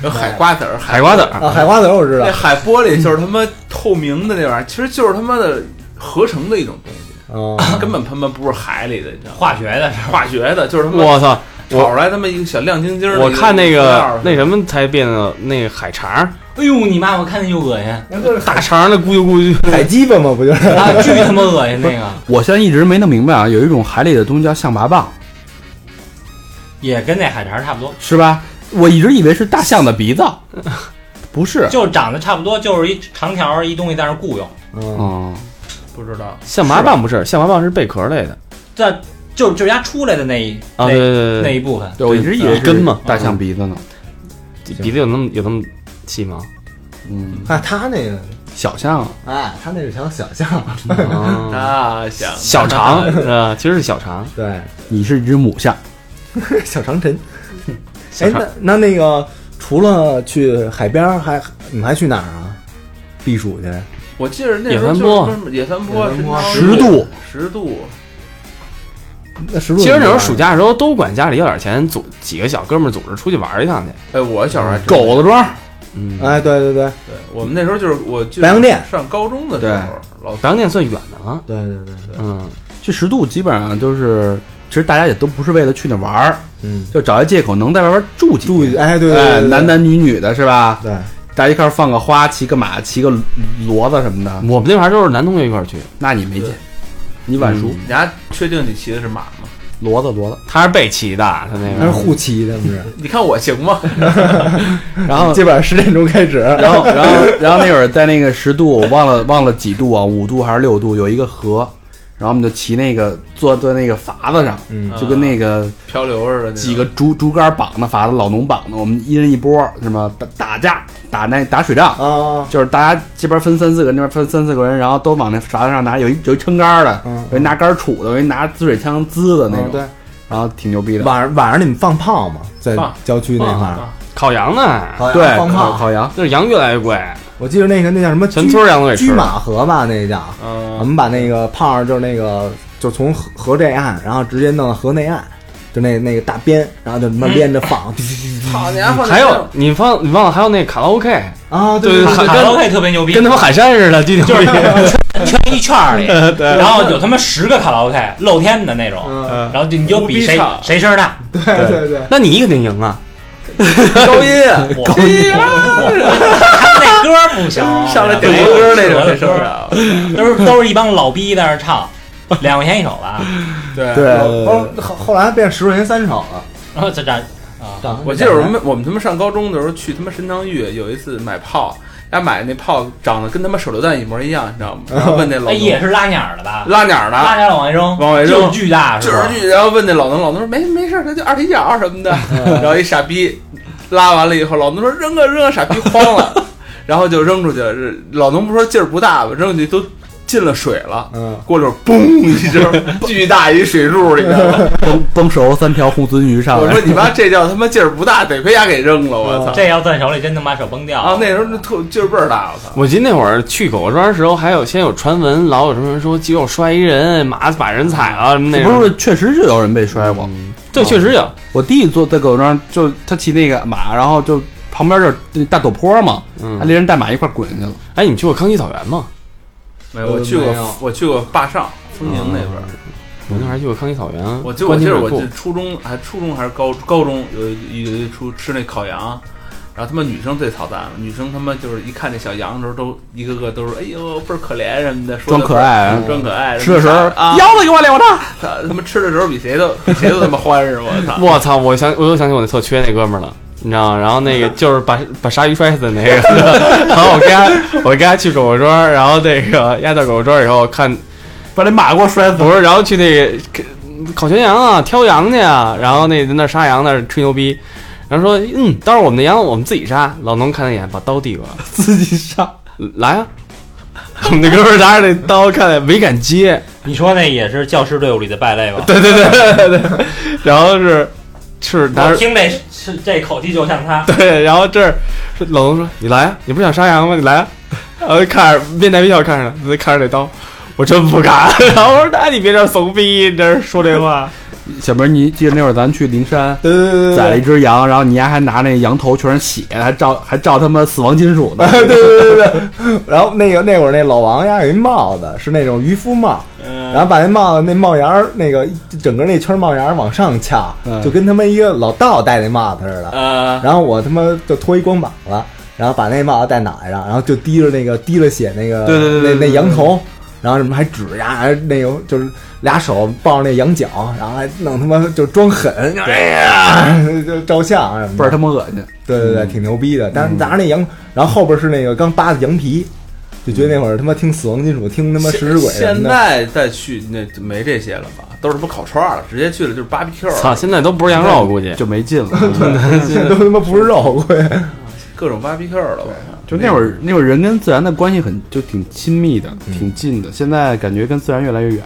Speaker 3: 有海瓜子儿，
Speaker 5: 海瓜子儿，
Speaker 4: 啊，海瓜子儿我知道
Speaker 3: 那，海玻璃就是他妈透明的那玩意儿，其实就是他妈的合成的一种东西，
Speaker 4: 嗯，
Speaker 3: 根本他妈不是海里的，你知道吗？
Speaker 6: 化学的是吧？
Speaker 3: 化学的，就是他妈
Speaker 5: 我操！
Speaker 3: 炒出来他妈一个小亮晶晶的一。
Speaker 5: 我看那
Speaker 3: 一
Speaker 5: 个
Speaker 3: 料
Speaker 5: 那什么才变得那海肠，
Speaker 6: 哎呦你妈！我看见又恶心
Speaker 4: 那就是
Speaker 5: 大肠的咕啾咕啾，
Speaker 4: 海鸡巴嘛，不就是？
Speaker 6: 啊，巨他妈恶心那个，
Speaker 2: 我现在一直没弄明白啊，有一种海里的东西叫象拔蚌，
Speaker 6: 也跟那海肠差不多，
Speaker 2: 是吧？我一直以为是大象的鼻子，不是。
Speaker 6: 就长得差不多，就是一长条儿一东西在那儿雇佣，
Speaker 4: 嗯，
Speaker 2: 哦，
Speaker 3: 不知道，
Speaker 5: 象拔蚌不是，象拔蚌是贝壳类的
Speaker 6: 这就就人家出来的那一
Speaker 5: 啊，对
Speaker 6: 那
Speaker 5: 对
Speaker 6: 那
Speaker 5: 对
Speaker 6: 一部分，
Speaker 2: 对，我一直以为是
Speaker 5: 一根嘛
Speaker 2: 大象鼻子呢。
Speaker 5: 对，鼻子有那么有那么细吗？
Speaker 2: 嗯，
Speaker 4: 看啊他那个，
Speaker 2: 小象啊
Speaker 4: 哎，他那是条小象，
Speaker 5: 啊，
Speaker 3: 那想
Speaker 5: 小肠啊，其实是小肠，
Speaker 4: 对，
Speaker 2: 你是一只母象，
Speaker 4: (laughs) 小长城。
Speaker 5: 小
Speaker 4: 哎，
Speaker 5: 肠
Speaker 4: 那那那个除了去海边儿，还你们还去哪儿啊？避暑去？
Speaker 3: 我记得那时候
Speaker 5: 野三
Speaker 3: 就
Speaker 5: 坡
Speaker 3: 是什么野三坡
Speaker 4: 野三坡
Speaker 2: 十度，
Speaker 3: 十度，
Speaker 4: 那十度
Speaker 5: 其实那时候
Speaker 4: 有
Speaker 5: 暑假的
Speaker 2: 啊
Speaker 5: 时候都管家里要点钱，组几个小哥们儿组织出去玩一趟去。
Speaker 3: 哎，我小时候还真
Speaker 2: 狗子庄，
Speaker 5: 嗯，
Speaker 4: 哎，对对对
Speaker 3: 对，我们那时候就是我记得
Speaker 4: 白洋淀
Speaker 3: 上高中的时候，老
Speaker 5: 白洋淀算远的了。
Speaker 4: 对对对对，
Speaker 5: 嗯，
Speaker 2: 去十渡基本上就是，其实大家也都不是为了去那玩儿，
Speaker 4: 嗯，
Speaker 2: 就找一借口能在外边住几
Speaker 4: 注
Speaker 2: 天
Speaker 4: 意，。哎，对对
Speaker 2: 哎，
Speaker 4: 对，
Speaker 2: 男男女女的是吧？
Speaker 4: 对，
Speaker 2: 大家一块儿放个花，骑个马，骑个骡子什么的，
Speaker 5: 我们那会儿都是男同学一块儿去，
Speaker 2: 那你没
Speaker 3: 对
Speaker 2: 见，你晚
Speaker 5: 嗯
Speaker 2: 熟，
Speaker 3: 你还确定你骑的是马吗？
Speaker 2: 骡子骡子。
Speaker 5: 他是被骑的，他那
Speaker 4: 那是
Speaker 5: 个。
Speaker 4: 互骑的，不是？
Speaker 3: 你看我行吗？ (laughs)
Speaker 2: 然后
Speaker 4: 基本上十点钟开始，
Speaker 2: 然后，然后，然后那会儿在那个十度，我忘了忘了几度啊，五度还是六度，有一个河，然后我们就骑那个坐在那个筏子上，
Speaker 4: 嗯
Speaker 2: 就跟那个
Speaker 3: 漂流似的那种，
Speaker 2: 几个竹竹竿绑的筏子，老农绑的，我们一人一波，什么打打架，打那打水仗，
Speaker 4: 啊，
Speaker 2: 就是大家这边分三四个，那边分三四个人，然后都往那筏子上拿，有一有一撑杆的，
Speaker 4: 嗯
Speaker 2: 有一拿杆杵的，有一拿滋水枪滋的那
Speaker 4: 嗯
Speaker 2: 种，
Speaker 4: 对，
Speaker 2: 然后挺牛逼的，
Speaker 4: 晚上晚上你们放炮吗？在
Speaker 3: 放
Speaker 4: 郊区那块儿
Speaker 3: 啊，
Speaker 5: 烤羊呢，
Speaker 4: 好像
Speaker 2: 对，
Speaker 4: 放
Speaker 2: 烤
Speaker 4: 炮。
Speaker 2: 烤羊，
Speaker 5: 那羊越来越贵，
Speaker 4: 我记得那个那叫什么居
Speaker 5: 全村儿羊都给吃
Speaker 4: 居
Speaker 5: 了。
Speaker 4: 马河吧，那叫。我
Speaker 3: 嗯，
Speaker 4: 们把那个胖儿就是那个就从河河这岸，然后直接弄到河内岸，就那那个大鞭，然后就他妈连着放，
Speaker 3: 好家伙，
Speaker 5: 还有你放你忘了还有那卡拉 OK，
Speaker 4: 啊，对对
Speaker 5: 对对
Speaker 6: 卡拉 OK 特别牛逼，
Speaker 5: 跟他们海山似的，具体
Speaker 6: 就是圈一圈儿里，然后有他妈十个卡拉 OK 露天的那种，
Speaker 4: 嗯
Speaker 6: 然后就你就比谁
Speaker 3: 无比差
Speaker 6: 谁声儿大，
Speaker 4: 对对对，
Speaker 5: 那你肯定赢啊！
Speaker 3: 高音啊，
Speaker 6: 我他那歌儿不行，
Speaker 3: (laughs) (laughs) 上来点歌儿那种，这是不是
Speaker 5: (laughs)
Speaker 3: 啊？
Speaker 6: 都是都是一帮老逼在那儿唱，两块钱一首吧，
Speaker 3: 对
Speaker 4: 对，后后后来变十块钱三首了。
Speaker 6: 然后这这啊，
Speaker 3: 我记得我们我们他妈上高中的时候去他妈神堂峪有一次买炮，家买那炮长得跟他妈手榴弹一模一样，你知道吗？然后问那老
Speaker 6: 哎也
Speaker 3: 农
Speaker 6: 是拉鸟儿的吧？
Speaker 3: 拉鸟
Speaker 6: 拉
Speaker 3: 呢，
Speaker 6: 鸟儿往外扔，
Speaker 3: 往外扔
Speaker 6: 就是巨大，
Speaker 3: 就是
Speaker 6: 吧
Speaker 3: 是去，然后问那老农，老农说没没事儿，他就二踢脚什么的。然后一傻逼拉完了以后，老农说扔啊扔啊，傻逼慌了，然后就扔出去了。这老农不说劲儿不大吧，扔出去都进了水了，
Speaker 4: 嗯，
Speaker 3: 过了会儿嘣一声，巨大一水柱，你知道吗？
Speaker 2: 崩崩熟三条红鳟鱼上
Speaker 3: 我
Speaker 2: 来
Speaker 3: 说，你妈这叫他妈劲儿不大，得被丫给扔了，我操！
Speaker 6: 这要攥手里真能把手崩掉
Speaker 3: 啊，那时候那特劲儿倍儿大，我操！
Speaker 5: 我记得那会儿去狗庄的时候，还有先有传闻，老有什么人说鸡肉摔一人，马把人踩了，那
Speaker 2: 不是哦确实就有人被摔过。
Speaker 5: 这确实有，
Speaker 2: 我弟坐在狗上，就他骑那个马，然后就旁边就是大陡坡嘛，他
Speaker 5: 嗯，
Speaker 2: 连人带马一块滚下去了。
Speaker 5: 哎，你们去过康熙草原吗？
Speaker 3: 没有，我去
Speaker 4: 没有
Speaker 3: 过，我去过坝上、丰宁那边儿。
Speaker 5: 我那会儿还去过康熙草原，
Speaker 3: 我就我
Speaker 5: 关
Speaker 3: 记
Speaker 5: 前
Speaker 3: 得
Speaker 5: 水
Speaker 3: 我
Speaker 5: 库
Speaker 3: 就初中还初中还是高高中有一有一出吃那烤羊，然后他妈女生最操蛋了，女生他妈就是一看那小羊的时候都一个个都是哎呦倍儿可怜什么的，说
Speaker 2: 装
Speaker 3: 得
Speaker 2: 可
Speaker 3: 倍儿
Speaker 2: 爱啊
Speaker 3: 嗯装可
Speaker 5: 哎
Speaker 3: 爱，
Speaker 2: 吃的时候
Speaker 3: 啊，
Speaker 2: 腰子给我两大，
Speaker 3: 他他妈吃的时候比谁都比谁都他妈欢实，我
Speaker 2: 啊 (laughs)
Speaker 3: 操！
Speaker 5: 我操！我想，我又想起我那特缺那哥们儿了，你知道吗？然后
Speaker 2: (laughs)
Speaker 5: 那个就是把把鲨鱼摔死的那个，然后我跟他我跟他去狗狗庄，然后那个压到狗狗庄以后看，
Speaker 2: 把那马给我摔死。
Speaker 5: 不是，然后去那个烤全羊啊，挑羊去啊，然后那在那杀羊那儿吹牛逼。然后说，嗯，当然我们的羊我们自己杀。老农看了一眼，把刀递过来，
Speaker 2: (laughs) 自己上，
Speaker 5: 来啊！我们那哥们儿拿着那刀看了，没敢接。
Speaker 6: 你说那也是教师队伍里的败类
Speaker 5: (laughs)
Speaker 6: 吧？
Speaker 5: 对对对对对， (laughs) 然后是是拿
Speaker 6: 我
Speaker 5: 着
Speaker 6: 听这是这口气就像他，
Speaker 5: 对，然后这儿老龙说：“你来啊，你不是想杀羊吗？你来啊。” (laughs) 然后就看着面带微笑看着他，看着那刀，我真不敢。 (laughs) 然后我说：“那你别这儿怂逼，你这儿说这话。
Speaker 2: (laughs) 小明，你记得那会儿咱去灵山
Speaker 4: 对对对对
Speaker 2: 宰了
Speaker 4: 对
Speaker 2: 一只羊，然后你丫还拿那羊头全是血，还照还照他妈死亡金属
Speaker 5: (laughs)
Speaker 2: 呢。
Speaker 4: 对对对对。然后那个那会儿那老王家有一帽子，是那种渔夫帽，
Speaker 6: 嗯
Speaker 4: 然后把那帽子那帽檐儿那个整个那圈帽檐儿往上翘，就跟他妈一个老道戴那帽子似的。
Speaker 6: 呃，
Speaker 4: 然后我他妈就脱一光膀子，然后把那帽子戴脑袋上，然后就滴着那个滴了血那个
Speaker 2: 对对对对
Speaker 4: 那
Speaker 2: 对
Speaker 4: 那羊头，然后什么还指呀，还那个就是俩手抱着那羊角，然后还弄他妈就装狠，哎呀， (laughs) 就照相什么的，
Speaker 2: 倍儿他嗯妈恶
Speaker 5: 嗯
Speaker 2: 心，
Speaker 4: 对对对，挺牛逼的。但是拿着那羊，然后后边是那个刚扒的羊皮，就觉得那会儿他妈听死亡金属，听他妈食尸
Speaker 2: 啊
Speaker 4: 鬼什
Speaker 3: 现
Speaker 4: 么的。
Speaker 3: 在再去那就没这些了吧，都是他妈烤串儿了，直接去了就是 BBQ，”
Speaker 5: 操，现在都不是羊肉，
Speaker 2: (laughs)
Speaker 5: 估计
Speaker 2: 就没
Speaker 3: (laughs)
Speaker 2: 劲了。
Speaker 4: 现在 (laughs) 都他妈不是
Speaker 2: 嗯
Speaker 4: 肉，贵
Speaker 3: 各种 BBQ 了，我操！
Speaker 2: 就那会儿，那会儿人跟自然的关系很就挺亲密的，
Speaker 3: 嗯
Speaker 2: 挺近的。现在感觉跟自然越来越远。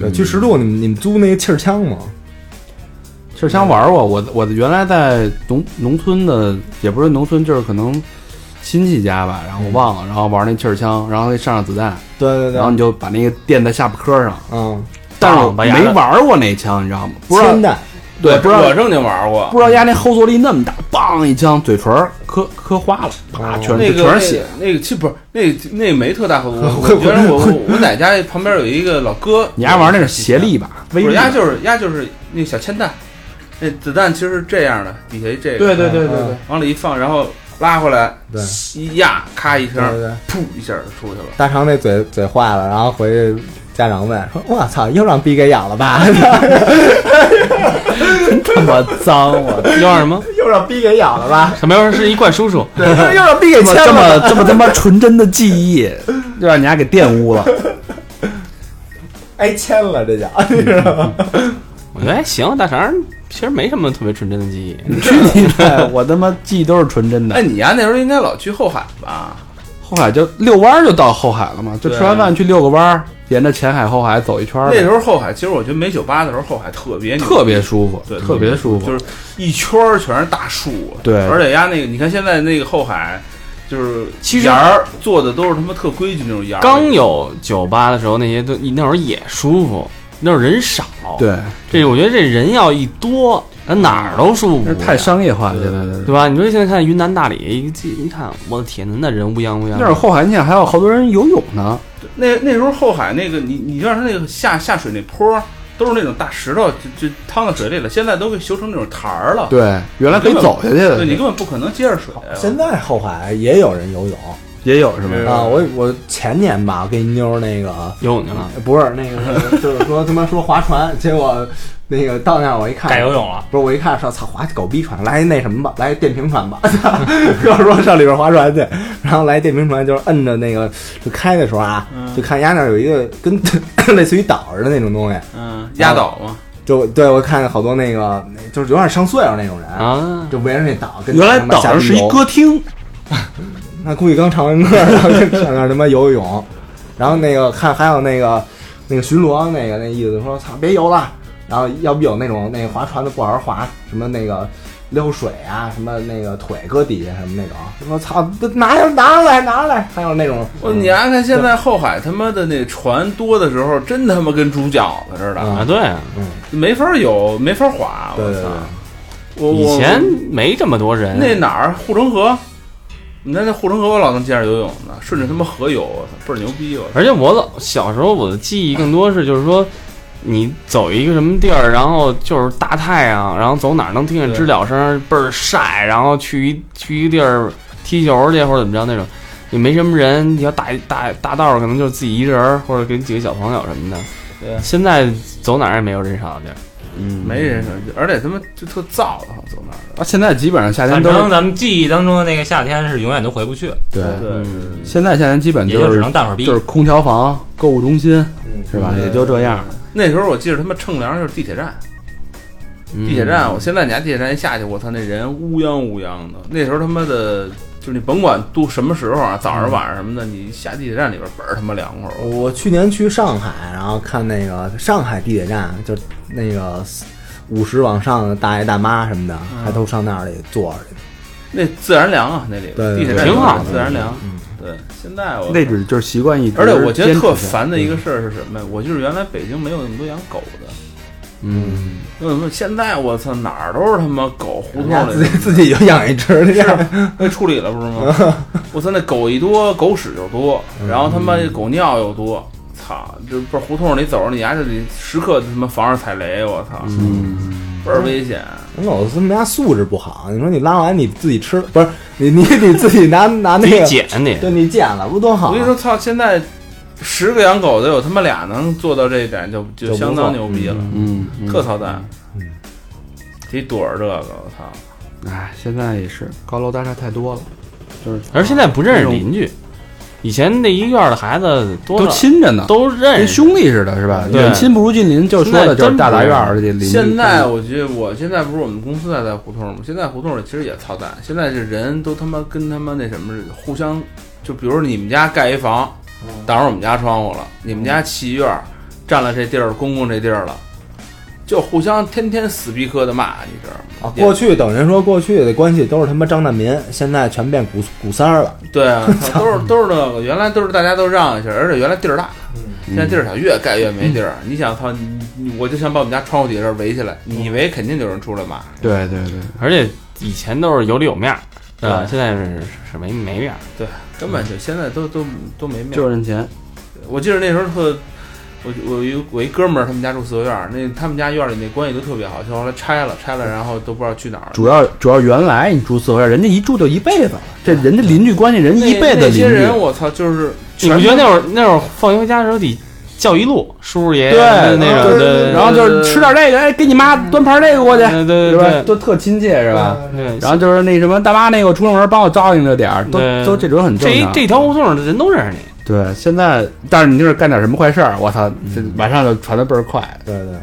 Speaker 4: 对去十渡，你们你们租那个气儿枪吗？
Speaker 2: 气儿枪
Speaker 3: 嗯
Speaker 2: 玩过，我我原来在农农村的，也不是农村，就是可能亲戚家吧，然后
Speaker 3: 嗯
Speaker 2: 我忘了，然后玩那气儿枪，然后那上上子弹，
Speaker 4: 对对对
Speaker 2: 然后，你就把那个垫在下巴颏上，
Speaker 4: 嗯，
Speaker 2: 但是我
Speaker 5: 把牙
Speaker 2: 没玩过那枪，你知道吗？不知道
Speaker 4: 铅弹，
Speaker 2: 对，不知道
Speaker 3: 我正经玩过，
Speaker 2: 不知道压那后坐力那么大，梆一枪，嘴唇儿磕磕花了，啪，全
Speaker 3: 哦那
Speaker 2: 是
Speaker 3: 个
Speaker 2: 全是血，
Speaker 3: 那个，那个其实不是那个那个没特大，
Speaker 2: (laughs)
Speaker 3: 我我觉得我我我奶家旁边有一个老哥，
Speaker 2: 你丫玩那是斜力吧？
Speaker 3: 不
Speaker 2: 威
Speaker 3: 是
Speaker 2: 力啊
Speaker 3: 压就是压就是那小铅弹，那子弹其实是这样的，底下一这个，
Speaker 2: 对对对对对
Speaker 4: 嗯，
Speaker 3: 往里一放，然后拉回来，
Speaker 4: 对
Speaker 3: 一压，咔一
Speaker 4: 对对
Speaker 3: 声，
Speaker 4: 对。
Speaker 3: 噗一下就出去了。
Speaker 4: 大长那嘴嘴坏了，然后回去家长问说：“我操，又让逼给养了吧？
Speaker 2: 他妈脏，我
Speaker 5: 又让什么
Speaker 4: (laughs) 又让逼给养了 (laughs) 吧？
Speaker 5: 什么又是一怪叔叔，
Speaker 4: 对，又让逼给
Speaker 2: 这么
Speaker 4: 牵
Speaker 2: 这
Speaker 4: 了吧。
Speaker 2: 么这么他妈纯真的记忆，就让你丫给玷污了。”
Speaker 4: 挨牵哎了，这 (laughs) 叫你知道吗？
Speaker 5: 我
Speaker 2: 嗯
Speaker 5: 觉得还行，大肠其实没什么特别纯真的记忆。
Speaker 2: 你去你的！我他妈记忆都是纯真
Speaker 3: 哎，
Speaker 2: 的。
Speaker 3: 你呀那时候应该老去后海吧？
Speaker 2: 后海就遛弯儿就到后海了嘛，就吃完饭去遛个弯儿，沿着前海后海走一圈儿
Speaker 3: 那
Speaker 2: 呗，
Speaker 3: 时候后海，其实我觉得没酒吧的时候后海特别牛
Speaker 2: 特别舒服，
Speaker 3: 对
Speaker 2: 特别舒服。
Speaker 3: 就是一圈儿全是大树，
Speaker 2: 对
Speaker 3: 而且呀，那个你看现在那个后海，就是
Speaker 5: 其实
Speaker 3: 沿儿做的都是他妈特规矩那种沿儿，
Speaker 5: 刚有酒吧的时候，那些都那会儿也舒服，那会儿人少。，
Speaker 2: 对，
Speaker 5: 这我觉得这人要一多，哪儿都舒
Speaker 2: 那
Speaker 5: 服。
Speaker 2: 是太商业化了，现在
Speaker 3: 对对
Speaker 5: 对吧？你说现在看云南大理，一一看，我的天呐，那人乌泱乌泱的。
Speaker 2: 那会儿后海，你想还有好多人游泳呢，
Speaker 3: 那那时候后海那个你你让它那个下下水那坡儿都是那种大石头，就就趟到水里了，现在都给修成那种台儿了，
Speaker 2: 对，原来可以走下去
Speaker 3: 对你
Speaker 2: 的，
Speaker 3: 根本不可能接着水。啊
Speaker 4: 现在后海也有人游泳
Speaker 2: 也有是
Speaker 3: 对
Speaker 2: 吗？
Speaker 4: 啊！我我前年吧，我跟妞儿那个
Speaker 5: 游泳去了。
Speaker 4: 不是那个是，就是说他妈说划船，结果那个到那儿我一看
Speaker 6: 改游泳了。
Speaker 4: 不是我一看说操划狗逼船，来那什么吧，来电瓶船吧， (laughs) 跟我说上里边划船去，然后来电瓶船就是摁着那个就开的时候啊，
Speaker 2: 嗯
Speaker 4: 就看压那儿有一个跟 (coughs) 类似于岛似的那种东西，
Speaker 3: 嗯，压倒嘛，
Speaker 4: 就对我看好多那个就是有点上岁数那种人，
Speaker 5: 啊，
Speaker 4: 就围着那岛跟
Speaker 2: 嗯原来
Speaker 4: 他妈
Speaker 2: 岛
Speaker 4: 下
Speaker 2: 上
Speaker 4: 去
Speaker 2: 是一
Speaker 4: 游
Speaker 2: 歌厅，
Speaker 4: 那估计刚唱完歌，然后就上那儿他妈游游泳，然后那个看还有那个那个巡逻那个那意思说操别游了，然后要不有那种那个划船的不好好划，什么那个撩水啊，什么那个腿搁底下什么那种，说操拿上拿上来拿上来，还有那种
Speaker 3: 我你看看现在后海他妈的那船多的时候，真他妈跟猪饺子似的，
Speaker 5: 啊，对啊，
Speaker 3: 嗯没法游，没法划。
Speaker 4: 对
Speaker 3: 我
Speaker 4: 对
Speaker 3: 操！
Speaker 4: 对，
Speaker 3: 我
Speaker 5: 以
Speaker 3: 我
Speaker 5: 前没这么多人。
Speaker 3: 那哪儿护城河，你看那护城河我老能见着游泳的，顺着他妈河游，我操，倍儿牛逼！我操
Speaker 5: 而且我老小时候我的记忆更多是就是说，你走一个什么地儿，然后就是大太阳，然后走哪儿能听见知了声，倍儿晒，然后去一去一地儿踢球去或者怎么着那种，也没什么人，你要大大大道儿可能就是自己一人儿或者跟几个小朋友什么的。
Speaker 3: 对
Speaker 5: 现在走哪儿也没有人少的地儿。
Speaker 2: 嗯，
Speaker 3: 没人上去，而且他妈就特燥，我操，走那儿的。
Speaker 2: 啊，现在基本上夏天
Speaker 6: 反
Speaker 2: 都是
Speaker 6: 正咱们记忆当中的那个夏天是永远都回不去，
Speaker 2: 对，
Speaker 3: 对，
Speaker 2: 现在夏天基本
Speaker 6: 也
Speaker 2: 就
Speaker 6: 就是只能淡会儿逼
Speaker 2: 就。是空调房、购物中心
Speaker 4: 嗯，
Speaker 2: 是吧？
Speaker 3: 嗯
Speaker 2: 也就这样。
Speaker 3: 那时候我记得他妈乘凉就是地铁站，
Speaker 4: 嗯
Speaker 3: 地铁站，我现在你家地铁站一下去，我操，那人乌泱乌泱的。那时候他妈的，就是你甭管都什么时候啊，早上晚上什么的，你下地铁站里边本儿他妈凉快儿。
Speaker 4: 我去年去上海，然后看那个上海地铁站，就那个五十往上的大爷大妈什么的，
Speaker 3: 嗯
Speaker 4: 还都上那里坐着去。
Speaker 3: 那自然凉啊，那里边
Speaker 4: 对
Speaker 3: 地铁站
Speaker 5: 挺好
Speaker 3: 自然凉
Speaker 4: 嗯。
Speaker 3: 对，现在我
Speaker 2: 位置就是习惯一直
Speaker 3: 嗯而且我觉得
Speaker 2: 坚持
Speaker 3: 特
Speaker 2: 下来
Speaker 3: 烦的一个事儿是什么呀？我就是原来北京没有那么多养狗的，
Speaker 5: 嗯，
Speaker 3: 嗯，现在我操哪儿都是他妈狗，胡
Speaker 4: 人
Speaker 3: 同
Speaker 4: 家自
Speaker 3: 里
Speaker 4: 己自己就养一只，这样
Speaker 3: 被处理了不是吗？我操，那狗一多，狗屎就多，然后他妈狗尿又多，操，这不是胡同里走着，你丫就得时刻他妈防着踩雷，我操，倍儿危险。
Speaker 4: 老子他们家素质不好。你说你拉完你自己吃，不是你你得自己拿拿
Speaker 5: 自
Speaker 4: 那
Speaker 5: 己
Speaker 4: 个，
Speaker 5: 捡你。
Speaker 4: 对你捡了不多好
Speaker 3: 我
Speaker 4: 啊
Speaker 3: 跟你？说，操，现在十个养狗的有他妈俩能做到这一点，就就
Speaker 4: 就不
Speaker 3: 相
Speaker 4: 错
Speaker 3: 当牛逼了，
Speaker 2: 嗯，嗯
Speaker 3: 特操蛋。得躲着这个，我操。
Speaker 2: 哎，现在也是高楼大厦太多了，就是
Speaker 5: 而现在不认识邻居，以前那一院儿的孩子多
Speaker 2: 都
Speaker 5: 少
Speaker 2: 亲着呢，
Speaker 5: 都认
Speaker 2: 跟
Speaker 5: 识，
Speaker 2: 兄弟似的，是吧？
Speaker 5: 对
Speaker 2: 远亲不如近邻，就说的就是大杂院儿的邻居。嗯
Speaker 3: 现在我觉得，我现在不是我们公司还在胡同吗？现在胡同里其实也操蛋，现在这人都他妈跟他妈那什么似的，互相就比如你们家盖一房，
Speaker 2: 嗯
Speaker 3: 挡着我们家窗户了，你们家砌院儿占了这地儿，公公这地儿了，就互相天天死逼磕的骂，你知道
Speaker 4: 啊
Speaker 3: 吗？
Speaker 4: 过去等于说过去的关系都是他妈张大民，现在全变古古三儿了。
Speaker 2: (laughs)
Speaker 3: 对啊，操都是都是那个，原来都是大家都让一下，而且原来地儿大，
Speaker 2: 嗯
Speaker 3: 现在地儿小，越盖越没地儿。你想操，你你我就想把我们家窗户底下这儿围起来，你围肯定有人出来骂。
Speaker 2: 对对对，
Speaker 5: 而且以前都是有里有面儿，对吧？
Speaker 3: 对
Speaker 5: 现在是是没没面儿。
Speaker 3: 对，根本就
Speaker 2: 嗯
Speaker 3: 现在都都都没面儿。
Speaker 2: 就是认钱。
Speaker 3: 我记得那时候特，我我有我一哥们儿，他们家住四合院儿，那他们家院儿里那关系都特别好，就后来拆了，拆了，然后都不知道去哪儿了。
Speaker 2: 主要主要原来你住四合院，人家一住就一辈子了，这人家邻居关系，人
Speaker 3: 嗯那
Speaker 2: 家一辈子
Speaker 3: 那
Speaker 2: 邻居
Speaker 3: 些。人，我操，就是
Speaker 5: 你不觉得那会儿那会儿放学回家的时候得叫一路叔叔爷爷
Speaker 2: 对
Speaker 5: 那
Speaker 2: 对
Speaker 5: 种，对，
Speaker 2: 然后
Speaker 3: 呃
Speaker 2: 就是吃点这个，哎，给你妈端盘这个过去，
Speaker 5: 啊
Speaker 3: 嗯
Speaker 5: 对对
Speaker 2: 是吧？
Speaker 5: 对
Speaker 2: 都特亲切，是吧？
Speaker 5: 对
Speaker 2: 然后就是那什么大妈那个出了门帮我照应着点儿，都
Speaker 5: 对
Speaker 2: 都这种很
Speaker 5: 这
Speaker 2: 正
Speaker 5: 一
Speaker 2: 常。
Speaker 5: 这条胡同儿的人都认识你，
Speaker 2: 对，现在但是你就是干点什么坏事儿，我操，这晚上就传的倍儿快。
Speaker 4: 对对，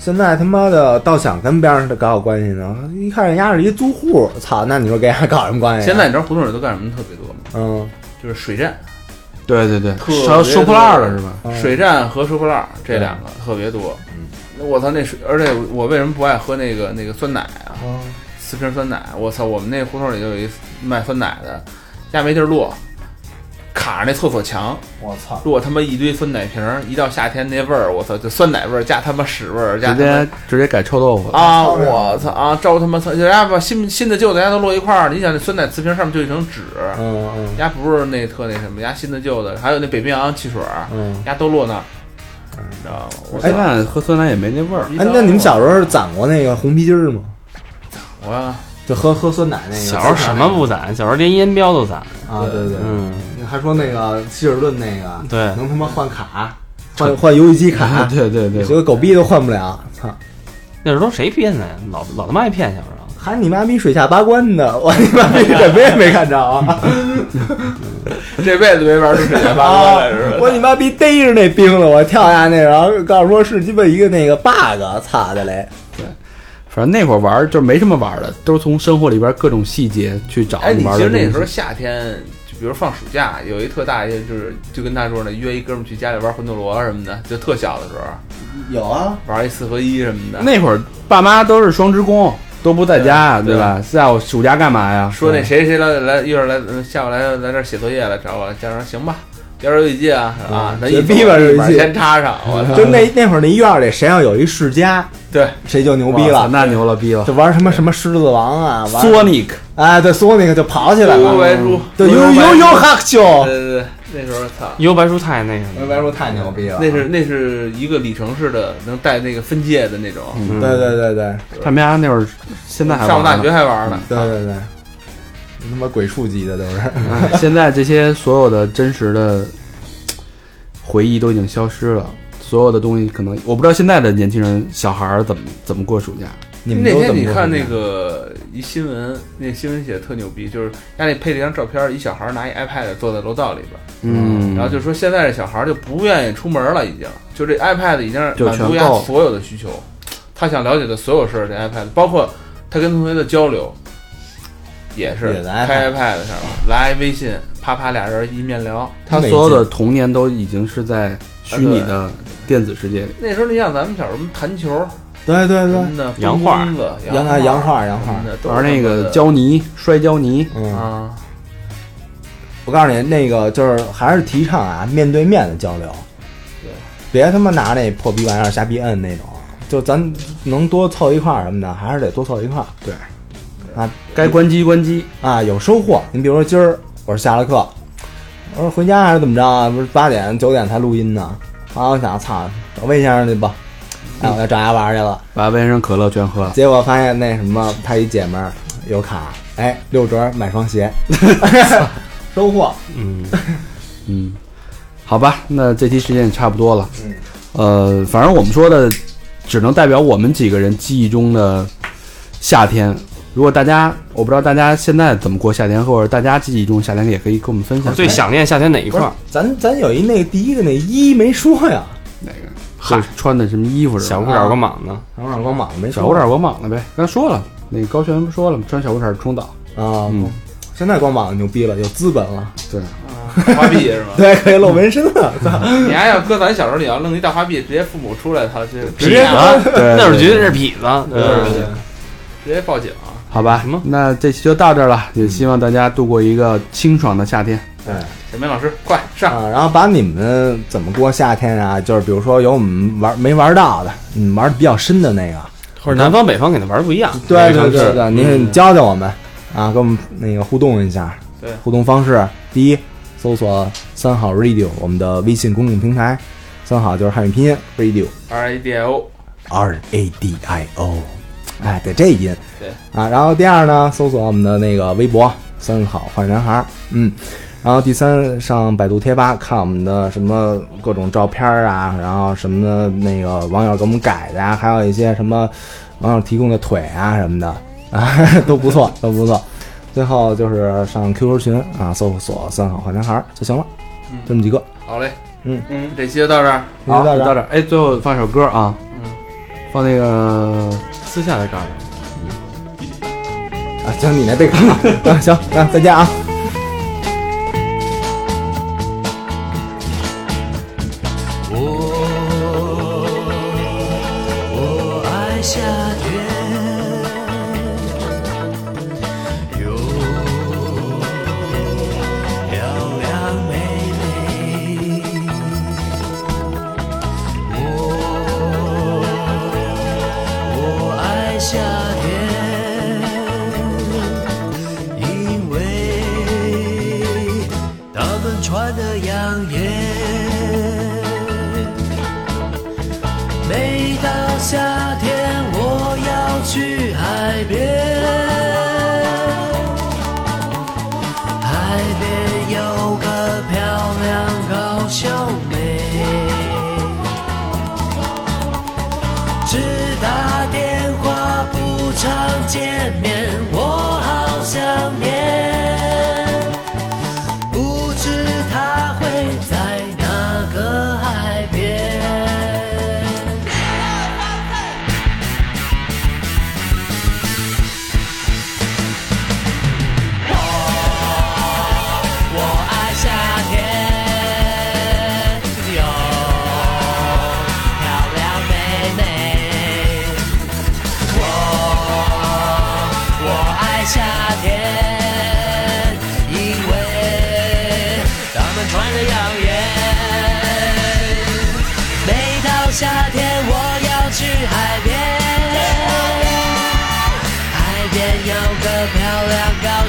Speaker 4: 现在他妈的倒想跟边上的搞好关系呢，一看人家是一租户，操，那你说跟人家搞什么关系啊？
Speaker 3: 现在你知道胡同里都干什么特别多吗？
Speaker 4: 嗯，
Speaker 3: 就是水站，
Speaker 2: 对对对，
Speaker 3: 特
Speaker 2: 烧
Speaker 3: 别
Speaker 2: 收破
Speaker 3: 多
Speaker 2: 烂儿了是吧？
Speaker 4: 嗯
Speaker 3: 水站和收破烂儿这两个特别多。那我操，那水，而且我为什么不爱喝那个那个酸奶啊？四瓶酸奶，我操，我们那胡同里就有一卖酸奶的，家没地儿落，卡着那厕所墙。
Speaker 4: 我操，
Speaker 3: 如果他妈一堆酸奶瓶儿，一到夏天那味儿，我操，就酸奶味儿加他妈屎味儿加
Speaker 2: 直
Speaker 3: 他妈
Speaker 2: 接直接改臭豆腐。
Speaker 3: 啊，我操啊，招他妈操，人家把新新的旧的人家都摞一块儿，你想那酸奶瓷瓶上面就一层纸，
Speaker 4: 嗯
Speaker 3: 人
Speaker 4: 嗯
Speaker 3: 家不是那特那什么，人家新的旧的，还有那北冰洋汽水儿，
Speaker 4: 嗯
Speaker 3: 人。家都摞那儿，你知道吗？我操
Speaker 2: 哎，那喝酸奶也没那味儿。
Speaker 4: 哎，那你们小时候攒过那个红皮筋儿吗？
Speaker 3: 我呀
Speaker 4: 就喝喝酸奶那个。
Speaker 5: 小时候什么不攒，小时候连烟标都攒，
Speaker 4: 啊？对对，
Speaker 5: 嗯，
Speaker 4: 你还说那个希尔顿那个，
Speaker 5: 对
Speaker 4: 能他妈换卡，换换游戏机
Speaker 2: 啊，
Speaker 4: 卡，
Speaker 2: (laughs) 对对对
Speaker 4: 有，些狗逼都换不了。操，
Speaker 5: 那时候谁骗的呀？老老他妈爱骗小时候。
Speaker 4: 还你妈逼水下八关的，我你妈逼什么也没看着啊！
Speaker 3: 这辈子没玩出水下八
Speaker 4: 啊
Speaker 3: (laughs) 关来是吧？
Speaker 4: 我你妈逼逮着那冰了，我跳下那，然后告诉说是鸡巴一个那个 bug，操的嘞！
Speaker 2: 反正那会儿玩儿就没什么玩儿的，都是从生活里边各种细节去找
Speaker 3: 哎，你
Speaker 2: 玩
Speaker 3: 其
Speaker 2: 儿的
Speaker 3: 实
Speaker 2: 东西。
Speaker 3: 那时候夏天，就比比如放暑假，有一特大爷就是就跟他说呢，约一哥们去家里玩魂斗罗什么的，就特小的时候
Speaker 4: 有啊，
Speaker 3: 玩一四合一什么的。
Speaker 2: 那会儿爸妈都是双职工，都不在家，
Speaker 3: 对
Speaker 2: 对吧？下午暑假干嘛呀？
Speaker 3: 说那
Speaker 2: 对
Speaker 3: 谁谁来来一会儿来下午来来这儿写作业来找我，家长说行吧，玩游戏机啊啊，咱一
Speaker 4: 学嗯逼吧
Speaker 3: 走
Speaker 4: 游戏机
Speaker 3: 把先插上，我操，
Speaker 4: 就
Speaker 3: (laughs)
Speaker 4: 那那会儿那院儿里谁要有一世家，
Speaker 3: 对，
Speaker 4: 谁就牛逼了
Speaker 2: 哇塞，那牛了逼了
Speaker 4: 就玩什么什么狮子王啊，玩
Speaker 2: ，Sonic
Speaker 4: 哎对，索尼克就跑起来
Speaker 3: 悠悠
Speaker 4: 了，
Speaker 3: 白书，
Speaker 4: 对，悠悠悠哈
Speaker 3: 对
Speaker 4: 咻，
Speaker 3: 对对，那时候操。
Speaker 5: 幽白书太那什么
Speaker 4: 悠悠白书太牛逼了，
Speaker 3: 那是那是一个里程式的，能带那个分界的那种。
Speaker 4: 对对对对
Speaker 2: 他们家那会儿，嗯现在还
Speaker 3: 上
Speaker 2: 玩
Speaker 3: 过
Speaker 2: 呢
Speaker 3: 大学还玩呢。
Speaker 4: 对对对，他妈鬼畜级的都是，
Speaker 2: 哎现在这些所有的真实的回忆都已经消失了，所有的东西可能我不知道现在的年轻人小孩儿怎么怎么过暑假。
Speaker 4: 你们
Speaker 3: 那
Speaker 4: 都
Speaker 3: 天
Speaker 4: 怎么
Speaker 3: 你
Speaker 4: 过
Speaker 3: 看
Speaker 4: 暑
Speaker 3: 那
Speaker 4: 假
Speaker 3: 个一新闻，那新闻写的特牛逼，就是家里配了一张照片，一小孩拿一 iPad 坐在楼道里边，
Speaker 2: 嗯，
Speaker 3: 然后就说现在这小孩就不愿意出门了，已经就这 iPad 已经
Speaker 2: 就
Speaker 3: 满
Speaker 2: 全
Speaker 3: 足他
Speaker 2: 够了
Speaker 3: 所有的需求，他想了解的所有事儿，这 iPad 包括他跟同学的交流。也是
Speaker 4: 也在
Speaker 3: 开 iPad 上了，来微信，啪啪俩人一面聊。
Speaker 2: 他所有的童年都已经是在虚拟的电子世界里。
Speaker 3: 那时候你像咱们小时候什么弹球，
Speaker 4: 对对
Speaker 3: 什
Speaker 4: 对，
Speaker 3: 么的
Speaker 5: 洋画
Speaker 3: 风子、
Speaker 4: 杨啊
Speaker 3: 洋
Speaker 4: 杨画杨画
Speaker 3: 什么，的，都
Speaker 2: 玩那
Speaker 3: 他妈
Speaker 2: 个
Speaker 3: 的
Speaker 2: 胶泥摔胶泥，
Speaker 4: 嗯，
Speaker 3: 啊，
Speaker 4: 我告诉你，那个就是还是提倡啊，面对面的交流，
Speaker 3: 对，
Speaker 4: 别他妈拿那破逼玩意儿瞎逼摁那种，就咱能多凑一块儿什么的，还是得多凑一块儿
Speaker 2: 该关机关机。
Speaker 4: 啊，有收获。你比如说今儿我是下了课，我说回家还是怎么着啊？不是八点九点才录音呢，啊，我想操，找魏先生去吧，哎，我要找他玩儿去了。
Speaker 2: 把卫生可乐全喝了，
Speaker 4: (laughs) 结果发现那什么，他一姐们儿有卡，哎，六折买双鞋，收获。
Speaker 5: 嗯，
Speaker 2: 嗯，好吧，那这期时间也差不多了。
Speaker 4: 嗯，
Speaker 2: 呃，反正我们说的只能代表我们几个人记忆中的夏天。如果大家，我不知道大家现在怎么过夏天，或者大家记忆中夏天也可以跟我们分享。
Speaker 5: 最想念夏天哪一
Speaker 4: 不
Speaker 5: 块
Speaker 4: 是
Speaker 5: 儿？，
Speaker 4: 咱咱有一那个第一个那一没说呀，
Speaker 2: 哪个？就是穿的什么衣服是吧？
Speaker 5: 小裤衩光膀呢？
Speaker 4: 然后光膀没说
Speaker 2: 小裤衩光膀了呗。刚才说了，那个高璇不说了吗？穿小裤衩冲岛。
Speaker 4: 啊
Speaker 2: 嗯，
Speaker 4: 现在光膀子牛逼了，有资本了，
Speaker 2: 对，
Speaker 3: 花臂是吗？
Speaker 4: 对，可以露纹身了，
Speaker 3: (laughs) 你还要搁咱小时候，你要弄一大花臂，直接父母出来，他就直
Speaker 5: 痞
Speaker 3: 接
Speaker 4: (laughs)
Speaker 5: 子，
Speaker 2: 对
Speaker 5: 那会儿觉得这是痞子，嗯对吧
Speaker 3: 对直接报警。啊
Speaker 2: 好吧
Speaker 5: 什么，
Speaker 2: 那这期就到这儿了，也希望大家度过一个清爽的夏天。
Speaker 4: 对。
Speaker 3: 小明老师，快上！
Speaker 4: 啊，然后把你们怎么过夏天啊？就是比如说有我们玩没玩到的，你们玩的比较深的那个，
Speaker 5: 或者南方北方给他玩儿不一样。
Speaker 4: 对
Speaker 5: 每个
Speaker 4: 对
Speaker 5: 城市
Speaker 4: 对嗯对，您教教我们啊，跟我们那个互动一下。
Speaker 3: 对
Speaker 4: 互动方式，第一，搜索“三好 radio” 我们的微信公众平台，三好就是汉语拼音 radio
Speaker 3: R A D I O，
Speaker 4: r a d i o，哎，得这音。
Speaker 3: 对
Speaker 4: 啊，然后第二呢，搜索我们的那个微博“三好坏男孩”，嗯。然后第三，上百度贴吧看我们的什么各种照片啊，然后什么的那个网友给我们改的啊，还有一些什么网友提供的腿啊什么的啊， (laughs) 都不错，都不错。最后就是上 QQ 群啊，搜索“三好坏男孩”就行了，
Speaker 3: 嗯
Speaker 4: 这么几个。
Speaker 3: 好嘞，
Speaker 4: 嗯
Speaker 3: 嗯，这期就到这儿。
Speaker 4: 那就
Speaker 2: 好，
Speaker 4: 到
Speaker 2: 就
Speaker 4: 这
Speaker 2: 到
Speaker 4: 儿，
Speaker 2: 这儿。哎，最后放首歌啊，
Speaker 3: 嗯，
Speaker 2: 放那个
Speaker 5: 私下再告诉你。
Speaker 4: 啊，行，你那这个，啊行，那再见啊。
Speaker 7: 我爱夏天，有漂亮妹妹。我我爱夏天，因为她们穿的养眼。每到夏天，我要去海边。海边有个漂亮高校妹，只打电话不常见面，我好想念。不知她会在哪个海边。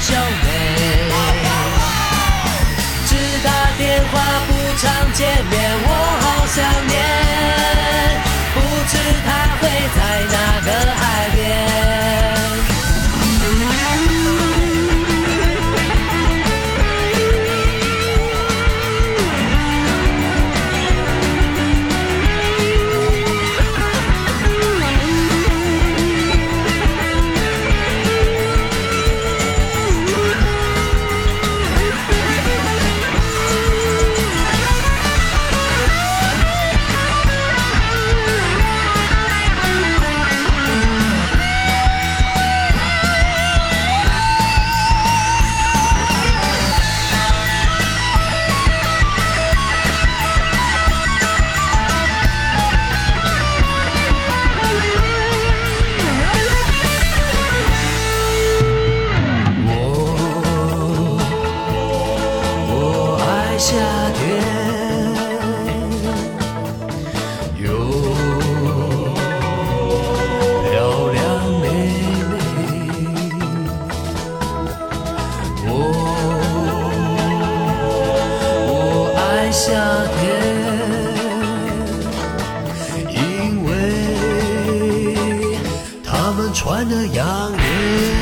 Speaker 7: 秀美。只打电话不常见面，我好想念。不知他会在哪个海边。我爱夏天，有漂亮妹妹。我我爱夏天，因为她们穿的养眼。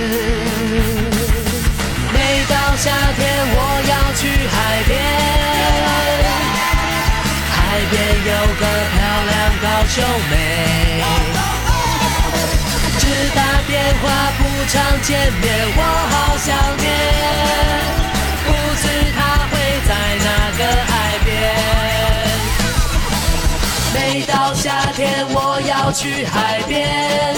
Speaker 7: 每到夏天，我要去海边。海边有个漂亮高秀妹，只打电话不常见面，我好想念。不知她会在哪个海边。每到夏天，我要去海边。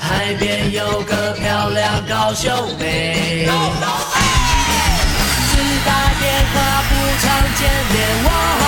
Speaker 7: 海边有个漂亮高秀妹。只打电话不常见面，我好